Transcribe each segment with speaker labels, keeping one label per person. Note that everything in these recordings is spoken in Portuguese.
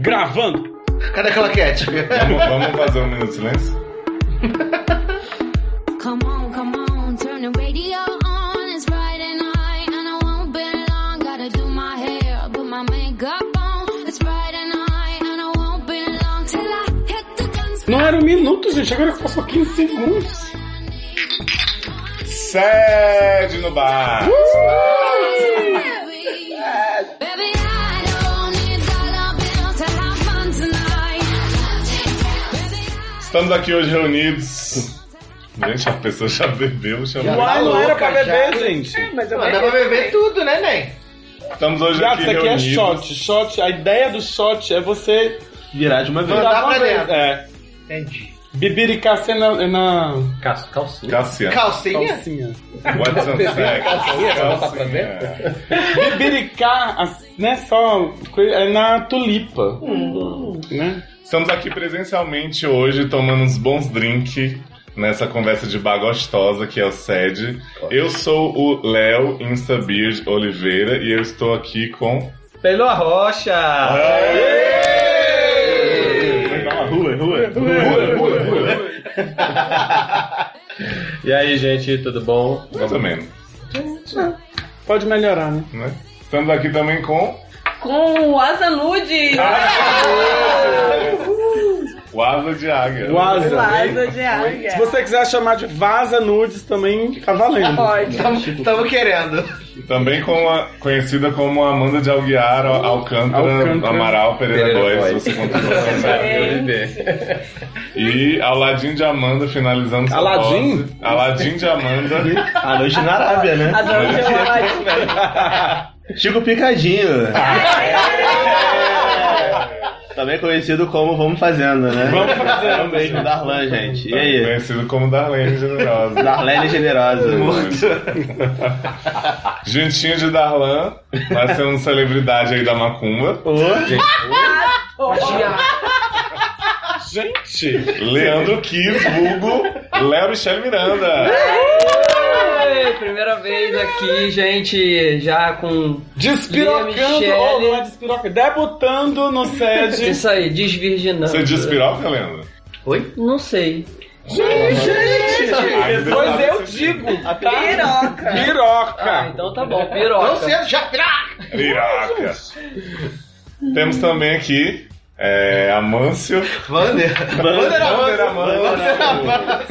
Speaker 1: Gravando!
Speaker 2: Cadê aquela cat?
Speaker 3: Vamos, vamos fazer um minuto de silêncio?
Speaker 4: Come on, come on, turn the radio on. It's Friday night and I won't be long. Gotta do my hair, put my makeup on. It's Friday night and I won't be long till I hit the guns.
Speaker 1: Não era um minuto, gente, agora passou 15 segundos.
Speaker 3: Sede no bar!
Speaker 4: Baby, baby, I don't need dollar bills to have fun tonight. Baby, I
Speaker 3: Estamos aqui hoje reunidos. Gente, a pessoa já bebeu, chamou.
Speaker 1: Uai, não era pra
Speaker 2: louca já.
Speaker 1: beber, gente.
Speaker 5: Mas eu
Speaker 2: Mas dá pra beber tudo, né, Nen?
Speaker 3: Estamos hoje
Speaker 1: Gato,
Speaker 3: aqui
Speaker 1: isso aqui é
Speaker 3: reunidos.
Speaker 1: shot. Shot, a ideia do shot é você
Speaker 6: Virar de uma vez.
Speaker 1: virar
Speaker 2: Mandar
Speaker 1: de uma
Speaker 2: pra
Speaker 1: vez.
Speaker 2: dentro.
Speaker 1: É.
Speaker 2: Entendi.
Speaker 1: Bibiricar sem na, na
Speaker 5: Cal- Calcinha.
Speaker 3: Cassiano,
Speaker 2: Calcinha?
Speaker 1: calcinha.
Speaker 3: what's on
Speaker 1: é
Speaker 3: sex?
Speaker 5: botar pra
Speaker 3: Calcinha.
Speaker 1: Bibiricar, assim, né, só coi- é na tulipa. Né?
Speaker 3: Estamos aqui presencialmente hoje tomando uns bons drinks nessa conversa de bar gostosa que é o Sede. Eu sou o Léo Instabird Oliveira e eu estou aqui com.
Speaker 5: Pelo Arrocha!
Speaker 6: Rua, rua.
Speaker 5: E aí, gente, tudo bom?
Speaker 3: Mais ou menos,
Speaker 1: Pode melhorar, né?
Speaker 3: né? Estamos aqui também com.
Speaker 7: Com o Asa Nude!
Speaker 3: Ah, O Asa de Águia.
Speaker 1: Vaza.
Speaker 7: Asa de águia.
Speaker 1: Se você quiser chamar de vaza nudes também, tá valendo.
Speaker 7: Pode.
Speaker 2: Estamos querendo.
Speaker 3: Também com a, conhecida como Amanda de Alguiar Al- Alcântara,
Speaker 1: Alcântara.
Speaker 3: Amaral Pereira Góes, você continua também. E Aladim de Amanda finalizando sua
Speaker 1: Aladim?
Speaker 3: dose. Aladim de Amanda.
Speaker 6: A noite na Arábia, né?
Speaker 7: Adoro chocolate, velho.
Speaker 6: Chico Picadinho.
Speaker 2: É.
Speaker 6: Também conhecido como Vamos Fazendo, né?
Speaker 1: Vamos Fazendo.
Speaker 6: Um beijo, Darlan, gente. E aí?
Speaker 3: conhecido como Darlene Generosa.
Speaker 6: Darlene Generosa.
Speaker 3: Juntinho de Darlan, vai ser uma celebridade aí da Macumba.
Speaker 1: Gente!
Speaker 3: Leandro Kiss, vulgo, Léo Michel Miranda.
Speaker 5: Ei, Primeira vez aqui, gente, já com. Lia
Speaker 1: Despirocando,
Speaker 5: Michele.
Speaker 1: ou não é despiroca, debutando no sede.
Speaker 5: Isso aí, desvirginando.
Speaker 3: Você diz piroca, Leandro?
Speaker 2: Oi?
Speaker 5: Não sei.
Speaker 3: Ai,
Speaker 1: Pois eu
Speaker 3: você assim,
Speaker 1: digo, tá?
Speaker 7: Piroca.
Speaker 1: Piroca.
Speaker 5: Ah, então tá bom,
Speaker 2: Não
Speaker 5: piroca.
Speaker 2: sendo já. Ah!
Speaker 3: diz. Piroca. Temos também aqui é, Amâncio,
Speaker 2: Vander. Vander
Speaker 3: Vander Amanda.
Speaker 2: Amanda.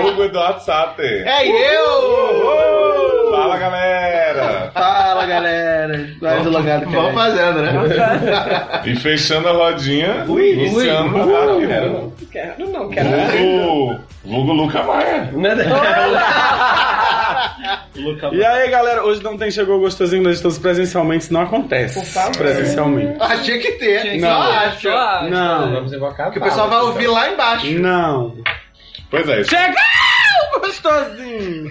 Speaker 3: vulgo Eduardo Sater.
Speaker 2: É eu!
Speaker 3: Fala, galera!
Speaker 6: Fala, galera. Quase
Speaker 2: Vamos-
Speaker 6: logado.
Speaker 2: Vamos fazendo, né?
Speaker 3: E fechando a rodinha, Luciano Carreiro.
Speaker 7: Quero não,
Speaker 3: Vulgo, vulgo Luca Maia.
Speaker 6: é
Speaker 1: E aí, galera, hoje não tem chegou gostosinho, nós estamos presencialmente, isso não acontece.
Speaker 7: Por favor.
Speaker 1: Presencialmente.
Speaker 2: Achei Ah, que ter.
Speaker 1: Não.
Speaker 2: Só acho.
Speaker 5: Só acho.
Speaker 1: Não,
Speaker 2: Que o
Speaker 8: Ah,
Speaker 2: pessoal vai ouvir lá embaixo.
Speaker 1: não.
Speaker 3: Pois é,
Speaker 1: Chegou gostosinho!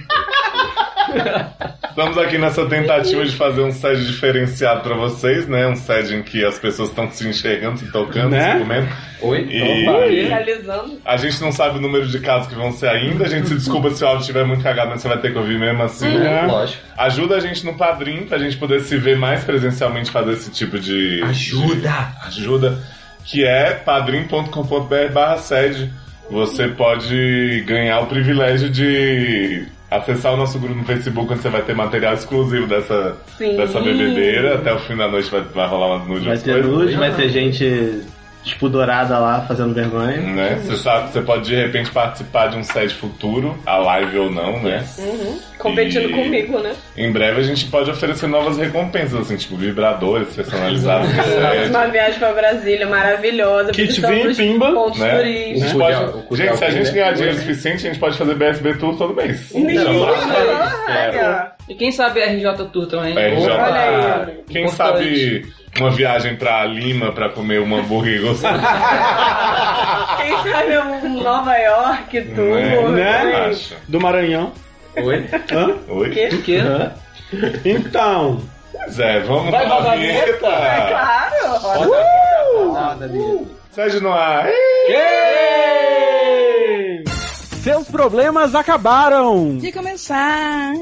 Speaker 3: estamos aqui nessa tentativa de fazer um sede diferenciado pra vocês, né? Um sede em que as pessoas estão se enxergando, se tocando,
Speaker 1: Né?
Speaker 3: se comendo.
Speaker 5: Oi?
Speaker 3: E
Speaker 7: Realizando.
Speaker 3: a gente não sabe o número de casos que vão ser ainda. A gente se desculpa se o áudio estiver muito cagado, mas você vai ter que ouvir mesmo assim.
Speaker 1: Uhum. É.
Speaker 3: né?
Speaker 5: Lógico.
Speaker 3: Ajuda a gente no padrinho pra gente poder se ver mais presencialmente fazer esse tipo de. Ajuda! ajuda, que é padrim.com.br barra sede. Você pode ganhar o privilégio de acessar o nosso grupo no Facebook, onde você vai ter material exclusivo dessa,
Speaker 7: Sim.
Speaker 3: dessa bebedeira. Até o fim da noite vai, vai rolar umas nude
Speaker 6: Vai
Speaker 3: umas
Speaker 6: ter
Speaker 3: coisas.
Speaker 6: nude, vai ter gente despudorada lá fazendo vergonha.
Speaker 3: Né? Você sabe que você pode de repente participar de um sede futuro, a live ou não, né?
Speaker 7: Uhum. Competindo
Speaker 3: E-
Speaker 7: comigo, né?
Speaker 3: Em breve a gente pode oferecer novas recompensas, assim, tipo vibradores personalizados no sede.
Speaker 7: Uma viagem pra Brasília maravilhosa.
Speaker 1: Kit
Speaker 7: visitando
Speaker 1: Vim,
Speaker 7: os
Speaker 1: Pimba,
Speaker 7: Pontos
Speaker 3: né? A
Speaker 7: turísticos.
Speaker 3: gente
Speaker 5: Né?
Speaker 3: pode-
Speaker 5: O Curial- o Curial
Speaker 3: gente, se a gente
Speaker 5: Curial.
Speaker 3: ganhar dinheiro suficiente, a gente pode fazer BSB Tour todo mês. Então, tá?
Speaker 7: Menino,
Speaker 3: Chamar-
Speaker 7: né? olha.
Speaker 5: E quem sabe RJ Tour também?
Speaker 3: É, RJ.
Speaker 7: Olha aí.
Speaker 3: Quem
Speaker 5: Importante.
Speaker 3: sabe uma viagem pra Lima pra comer um hambúrguer gostoso.
Speaker 7: Quem sabe um Nova York, tudo.
Speaker 1: Né?
Speaker 3: né?
Speaker 1: Né?
Speaker 3: Acho.
Speaker 1: Do Maranhão.
Speaker 5: Oi?
Speaker 1: Hã?
Speaker 3: Oi?
Speaker 7: Que?
Speaker 5: O quê?
Speaker 1: Então,
Speaker 3: Pois é, vamos
Speaker 1: Vai
Speaker 3: pra
Speaker 1: rodar a
Speaker 5: É,
Speaker 3: vinheta.
Speaker 7: é Claro. Roda
Speaker 3: Sérgio Noir.
Speaker 1: seus problemas acabaram.
Speaker 9: De começar.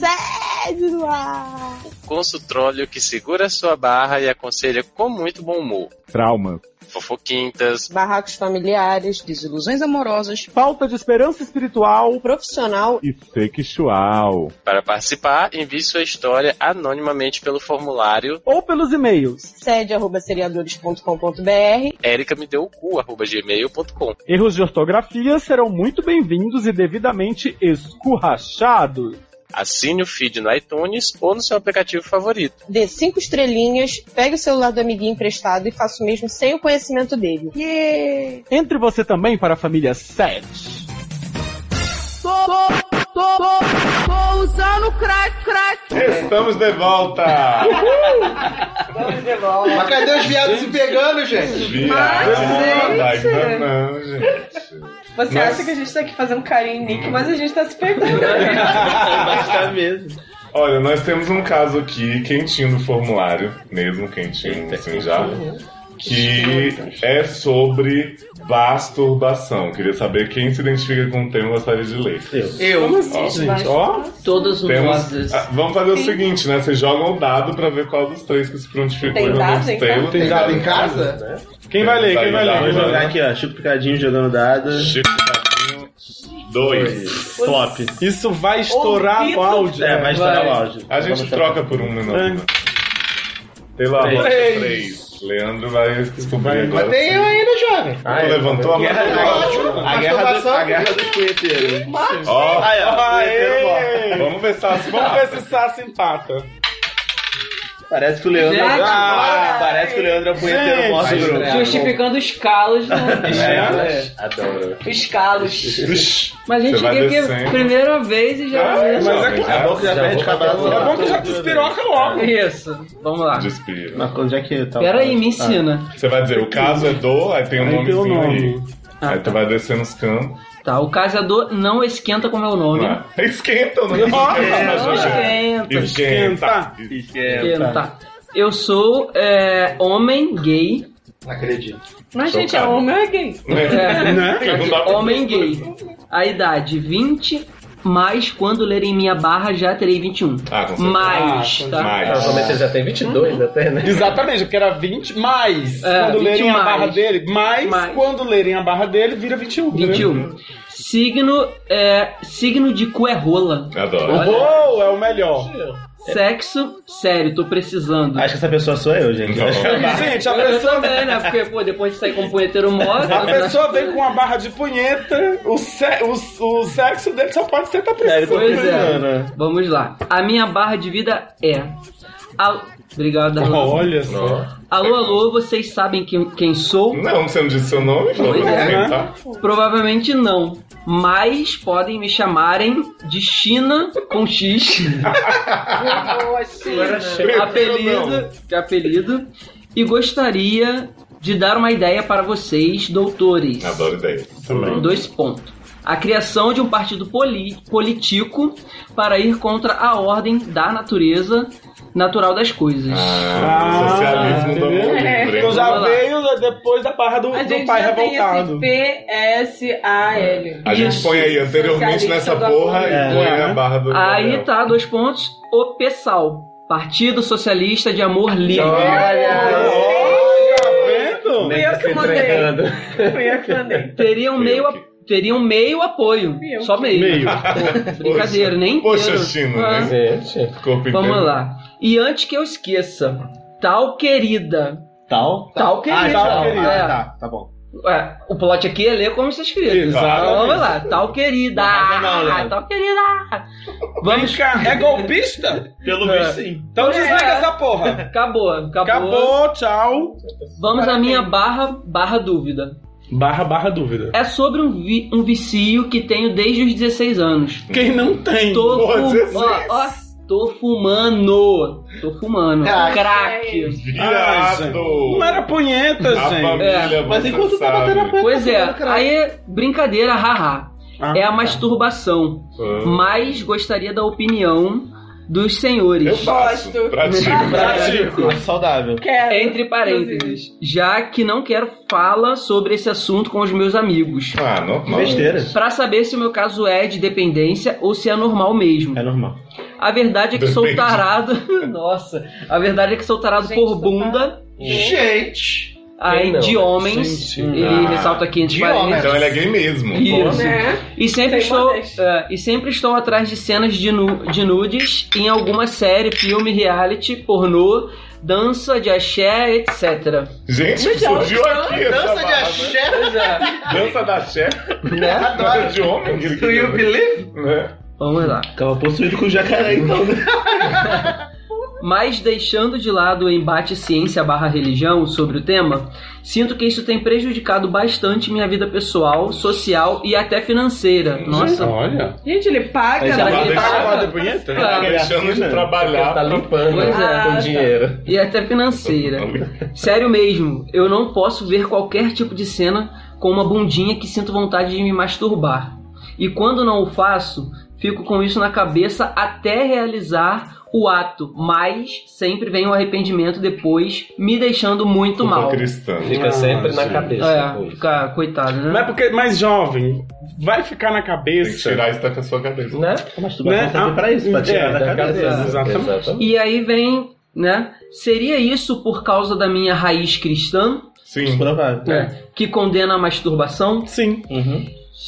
Speaker 9: faz lá.
Speaker 8: O consultróleo que segura sua barra e aconselha com muito bom humor.
Speaker 1: Trauma.
Speaker 8: Fofoquintas,
Speaker 9: Barracos familiares, desilusões amorosas,
Speaker 1: Falta de esperança espiritual
Speaker 9: profissional.
Speaker 1: e sexual.
Speaker 8: para participar, envie sua história anonimamente pelo formulário
Speaker 1: Ou pelos e-mails.
Speaker 9: Sede arroba seriadores.com.br.
Speaker 8: ericamedeucu.gmail.com
Speaker 1: Erros de ortografia serão muito bem-vindos e devidamente escurrachados.
Speaker 8: Assine o feed no iTunes ou no seu aplicativo favorito.
Speaker 9: Dê cinco estrelinhas, pegue o celular do amiguinho emprestado e faça o mesmo sem o conhecimento dele. Yeah!
Speaker 1: Entre você também para a família 7.
Speaker 3: Estamos de volta!
Speaker 7: Vamos de volta.
Speaker 10: Mas cadê os viados se pegando, gente?
Speaker 3: Viagem, vai
Speaker 7: gente.
Speaker 3: não, gente.
Speaker 7: Você
Speaker 3: Mas-
Speaker 7: acha que a gente tá aqui fazendo carinho em Nick, mas a gente tá se perdendo.
Speaker 6: Mas tá mesmo.
Speaker 3: Olha, nós temos um caso aqui, quentinho no formulário, mesmo quentinho, assim já, que é sobre masturbação. Queria saber quem se identifica com o tema e gostaria de ler.
Speaker 10: Eu.
Speaker 9: assim?
Speaker 3: Ó,
Speaker 5: gente?
Speaker 3: ó,
Speaker 5: Todos
Speaker 3: temos,
Speaker 5: nós.
Speaker 3: ah, vamos fazer o
Speaker 7: Sim.
Speaker 3: seguinte, né? Vocês jogam o dado pra ver qual dos três que se prontificou.
Speaker 7: Tem
Speaker 3: Eu não
Speaker 7: dado em
Speaker 3: sei,
Speaker 7: casa?
Speaker 10: Tem dado em casa?
Speaker 1: Quem vai ler? Quem vai
Speaker 6: Vou
Speaker 3: Vai,
Speaker 1: ler?
Speaker 3: vai.
Speaker 6: jogar aqui, ó. Chico Picadinho jogando dado.
Speaker 3: Chico Tadinho, dois.
Speaker 6: Flop.
Speaker 1: Isso vai estourar
Speaker 7: Ouvido.
Speaker 1: o áudio.
Speaker 6: É, vai estourar o áudio.
Speaker 3: A gente troca por um minuto. Pela
Speaker 6: Três.
Speaker 3: rocha, três. Leandro vai descobrir
Speaker 10: Mas
Speaker 3: agora.
Speaker 10: tem eu ainda, jovem.
Speaker 3: Ah, levantou a
Speaker 6: Guerra
Speaker 3: mão.
Speaker 6: do- a guerra do- a guerra dos punheteiros.
Speaker 3: Ó,
Speaker 6: Aí, ó. punheteiro morto.
Speaker 1: Aê!
Speaker 3: vamos ver se tá assim.
Speaker 1: Vamos ver se Sassi empata.
Speaker 6: Parece que o Leandro.
Speaker 7: Gente,
Speaker 6: Ah,
Speaker 7: bora.
Speaker 6: parece que o Leandro é o punheteiro
Speaker 1: Gente.
Speaker 6: morto do
Speaker 5: É,
Speaker 6: grupo.
Speaker 7: Justificando os calos, né?
Speaker 1: É.
Speaker 6: Adoro.
Speaker 7: os calos. Mas a
Speaker 3: Você
Speaker 7: gente
Speaker 3: vai
Speaker 7: veio aqui
Speaker 3: descendo.
Speaker 7: a primeira vez e já.
Speaker 3: Ah,
Speaker 1: Mas é
Speaker 6: É bom que já,
Speaker 5: Já
Speaker 6: perde
Speaker 5: vou
Speaker 6: cabelo.
Speaker 1: É bom que já despiroca logo.
Speaker 5: Isso, vamos lá.
Speaker 3: Despira.
Speaker 6: Mas onde é que tá?
Speaker 5: Peraí, me
Speaker 6: Ah.
Speaker 5: ensina.
Speaker 3: Você vai dizer, o caso é do, aí tem um
Speaker 1: Aí tem o
Speaker 3: nomezinho aí.
Speaker 1: nome.
Speaker 5: Ah,
Speaker 3: Aí tu vai descendo os campos.
Speaker 5: Tá, o casador não esquenta com o meu nome.
Speaker 3: Ah, Esquenta né? o nome.
Speaker 1: Nossa,
Speaker 3: Tá,
Speaker 5: Não esquenta.
Speaker 3: é Esquenta.
Speaker 6: Esquenta.
Speaker 5: Tá. Eu sou é, homem gay.
Speaker 6: Ah,
Speaker 10: Não acredito.
Speaker 7: Mas, gente, é
Speaker 3: Chocado.
Speaker 7: homem ou é gay?
Speaker 3: Né?
Speaker 5: É,
Speaker 3: Não dá pra-
Speaker 5: homem gay. A idade 20, mas quando lerem minha barra já terei 21.
Speaker 3: Ah, com certeza.
Speaker 5: Mais,
Speaker 1: Ah,
Speaker 5: tá?
Speaker 3: Mais.
Speaker 6: Normalmente ele já tem 22 até, né?
Speaker 1: Exatamente, porque era 20 mais.
Speaker 5: É,
Speaker 1: quando
Speaker 5: 20
Speaker 1: lerem a
Speaker 5: mais.
Speaker 1: barra dele, mais,
Speaker 5: Mais.
Speaker 1: quando lerem a barra dele, vira 21. né?
Speaker 5: 21. Signo é signo de cuerrola.
Speaker 3: Adoro.
Speaker 1: Uou, é o melhor.
Speaker 5: Sexo, sério, tô precisando.
Speaker 6: Acho que essa pessoa sou eu, gente.
Speaker 3: Não.
Speaker 5: É.
Speaker 1: Gente, a
Speaker 5: Eu
Speaker 1: pessoa,
Speaker 5: também, né? Porque, pô, depois de sair com o punheteiro tá- morto.
Speaker 1: a pessoa vem com uma barra de punheta, o, se- o- o sexo dele só pode ser tá
Speaker 6: Sério, tô
Speaker 1: precisando.
Speaker 5: Pois
Speaker 3: né?
Speaker 5: é.
Speaker 6: precisando.
Speaker 5: Vamos lá. A minha barra de vida é. Al- Obrigado, Darlan.
Speaker 1: Olha só.
Speaker 5: Alô, alô, vocês sabem quem, quem sou?
Speaker 3: Não, você não disse seu nome, tá? falou
Speaker 5: Pois
Speaker 3: pra
Speaker 5: é.
Speaker 3: esquentar.
Speaker 5: Provavelmente não. Mas podem me chamarem de China com X.
Speaker 7: Ah,
Speaker 5: apelido, de apelido. E gostaria de dar uma ideia para vocês, doutores.
Speaker 3: Adoro ideia.
Speaker 5: Em Dois pontos. A criação de um partido poli- político para ir contra a ordem da natureza natural das coisas.
Speaker 3: Ah,
Speaker 1: Ah,
Speaker 3: socialismo do
Speaker 1: entendeu?
Speaker 3: amor livre.
Speaker 1: Então já
Speaker 5: Vamos lá.
Speaker 1: veio depois da barra do,
Speaker 7: A
Speaker 1: do
Speaker 7: gente
Speaker 1: pai
Speaker 7: já tem
Speaker 1: revoltado.
Speaker 7: esse P-S-A-L.
Speaker 3: A gente põe aí anteriormente
Speaker 7: Socialista
Speaker 3: nessa
Speaker 7: do
Speaker 3: porra
Speaker 7: amor.
Speaker 3: e põe
Speaker 1: É.
Speaker 3: a barra do.
Speaker 5: Aí tá, dois pontos. O PSAL, Partido Socialista de Amor Livre.
Speaker 1: Olha, tá vendo?
Speaker 7: Fui eu que mandei.
Speaker 6: Entregando.
Speaker 7: Fui eu que mandei.
Speaker 5: Teria um meio,
Speaker 3: aqui.
Speaker 5: a- teria um meio apoio.
Speaker 7: Meu.
Speaker 5: Só meio.
Speaker 1: Meio.
Speaker 5: Pô, brincadeira, nem
Speaker 3: Poxa,
Speaker 5: inteiro.
Speaker 3: China,
Speaker 5: Ah,
Speaker 3: né?
Speaker 6: Gente.
Speaker 3: Corpo
Speaker 5: Vamos
Speaker 3: inteiro.
Speaker 5: lá. E antes que eu esqueça, tal querida.
Speaker 6: Tal?
Speaker 5: Tal querida.
Speaker 6: Ah, tal,
Speaker 1: querida.
Speaker 5: É.
Speaker 6: Ah, tá, tá bom.
Speaker 5: Ué, o plot aqui é ler como está escrito.
Speaker 1: Exatamente.
Speaker 5: Então, vamos lá. Tal querida.
Speaker 6: Não, não, não, não.
Speaker 5: tal querida. Vamos.
Speaker 1: É golpista?
Speaker 6: Pelo
Speaker 5: É.
Speaker 6: visto, sim.
Speaker 1: Então desliga essa porra.
Speaker 5: Acabou, É. acabou.
Speaker 1: Acabou, tchau.
Speaker 5: Vamos à minha barra, barra dúvida.
Speaker 1: Barra, barra, dúvida.
Speaker 5: É sobre um, vi- um vicio que tenho desde os 16 anos.
Speaker 1: Quem não tem?
Speaker 5: Tô,
Speaker 3: Porra,
Speaker 5: fu-
Speaker 3: 16.
Speaker 5: ó,
Speaker 1: é
Speaker 5: ó, tô fumando. Tô fumando.
Speaker 10: Ah,
Speaker 5: Crack.
Speaker 1: Ah, gente.
Speaker 3: Viado!
Speaker 1: Não era punheta,
Speaker 3: a
Speaker 1: gente.
Speaker 3: família,
Speaker 6: Mas
Speaker 3: você
Speaker 6: enquanto tá
Speaker 3: sabe.
Speaker 6: batendo a
Speaker 5: Pois é, aí é brincadeira, haha.
Speaker 1: Ah,
Speaker 5: É a masturbação.
Speaker 3: Ah,
Speaker 5: Mas gostaria da opinião dos senhores.
Speaker 3: Eu faço,
Speaker 7: Gosto.
Speaker 3: pratico.
Speaker 1: tipo,
Speaker 6: Prático.
Speaker 1: assim.
Speaker 6: Saudável.
Speaker 1: É.
Speaker 7: Quero.
Speaker 5: Entre parênteses, já que não quero fala sobre esse assunto com os meus amigos.
Speaker 3: Ah, normal.
Speaker 6: Besteira.
Speaker 5: Pra saber se o meu caso é de dependência ou se é normal mesmo.
Speaker 6: É normal.
Speaker 5: A verdade é que sou
Speaker 3: Depende.
Speaker 5: tarado. Nossa. A verdade é que sou tarado
Speaker 7: Gente,
Speaker 5: por
Speaker 7: sou
Speaker 5: bunda.
Speaker 2: Gente!
Speaker 5: Aí,
Speaker 8: Quem não,
Speaker 5: de
Speaker 8: né?
Speaker 5: homens.
Speaker 8: Gente.
Speaker 5: Ele
Speaker 3: Ah,
Speaker 5: ressalta aqui entre
Speaker 2: de
Speaker 5: parênteses.
Speaker 2: homens.
Speaker 3: Então ele é gay mesmo.
Speaker 5: Isso.
Speaker 7: Né?
Speaker 5: E sempre,
Speaker 7: Sem
Speaker 5: estou,
Speaker 7: modéstia.
Speaker 5: é, e sempre estou atrás de cenas de, nu- de nudes em alguma série, filme, reality, pornô, dança de axé, etc.
Speaker 3: Gente,
Speaker 7: Legal.
Speaker 3: surgiu aqui essa
Speaker 2: Dança de
Speaker 3: barra,
Speaker 2: axé,
Speaker 5: Pois é.
Speaker 3: né? Dança da axé.
Speaker 5: Né?
Speaker 3: Dança
Speaker 2: adoro.
Speaker 3: de homem. que ele
Speaker 2: Do you
Speaker 3: queria,
Speaker 2: believe?
Speaker 3: né?
Speaker 5: Vamos lá.
Speaker 6: Tava possuído com jacaré, então, né?
Speaker 5: Mas deixando de lado o embate ciência barra religião sobre o tema, sinto que isso tem prejudicado bastante minha vida pessoal, social e até financeira. Nossa.
Speaker 1: Olha.
Speaker 7: Gente, ele paga.
Speaker 6: Aí você
Speaker 1: tá
Speaker 6: vai
Speaker 5: Ela que tá
Speaker 6: deixar
Speaker 5: paga.
Speaker 6: a roda bonita? né? Ele
Speaker 5: Claro.
Speaker 3: tá Deixando de
Speaker 6: assina,
Speaker 3: trabalhar
Speaker 8: Ele tá
Speaker 3: pra-
Speaker 8: limpando
Speaker 5: Pois é.
Speaker 8: com dinheiro.
Speaker 5: E até financeira. Sério mesmo, eu não posso ver qualquer tipo de cena com uma bundinha que sinto vontade de me masturbar. E quando não o faço, fico com isso na cabeça até realizar o ato, mas sempre vem o arrependimento depois, me deixando muito mal.
Speaker 3: Culpa cristã.
Speaker 8: Fica
Speaker 1: Ah,
Speaker 8: sempre na
Speaker 1: sim.
Speaker 8: cabeça.
Speaker 5: É,
Speaker 8: pois.
Speaker 5: fica coitado, né?
Speaker 1: Mas é porque mais jovem, vai ficar na
Speaker 3: Tem que
Speaker 1: cabeça.
Speaker 3: tirar isso da sua cabeça.
Speaker 8: Né?
Speaker 6: Mas tu vai
Speaker 1: Né?
Speaker 6: conseguir pra isso, pra tirar
Speaker 1: É,
Speaker 6: da
Speaker 8: Da
Speaker 6: cabeça.
Speaker 8: cabeça.
Speaker 1: exatamente.
Speaker 5: E aí vem, né? Seria isso por causa da minha raiz cristã, né?
Speaker 3: Sim.
Speaker 1: É.
Speaker 6: Provável.
Speaker 5: que condena a masturbação?
Speaker 1: Sim.
Speaker 8: Uhum.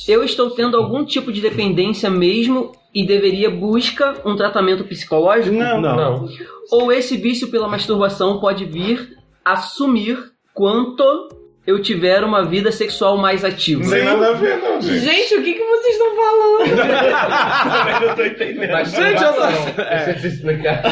Speaker 5: Eu estou tendo algum tipo de dependência mesmo e deveria buscar um tratamento psicológico?
Speaker 1: Não.
Speaker 6: Não.
Speaker 8: Não.
Speaker 5: Ou esse vício pela masturbação pode vir assumir quanto eu tiver uma vida sexual mais ativa?
Speaker 3: Não tem nada a ver, não, gente.
Speaker 7: Gente, o que, que vocês estão falando?
Speaker 6: Eu tô entendendo.
Speaker 8: Mas
Speaker 1: Gente, eu não-
Speaker 8: Deixa eu te explicar.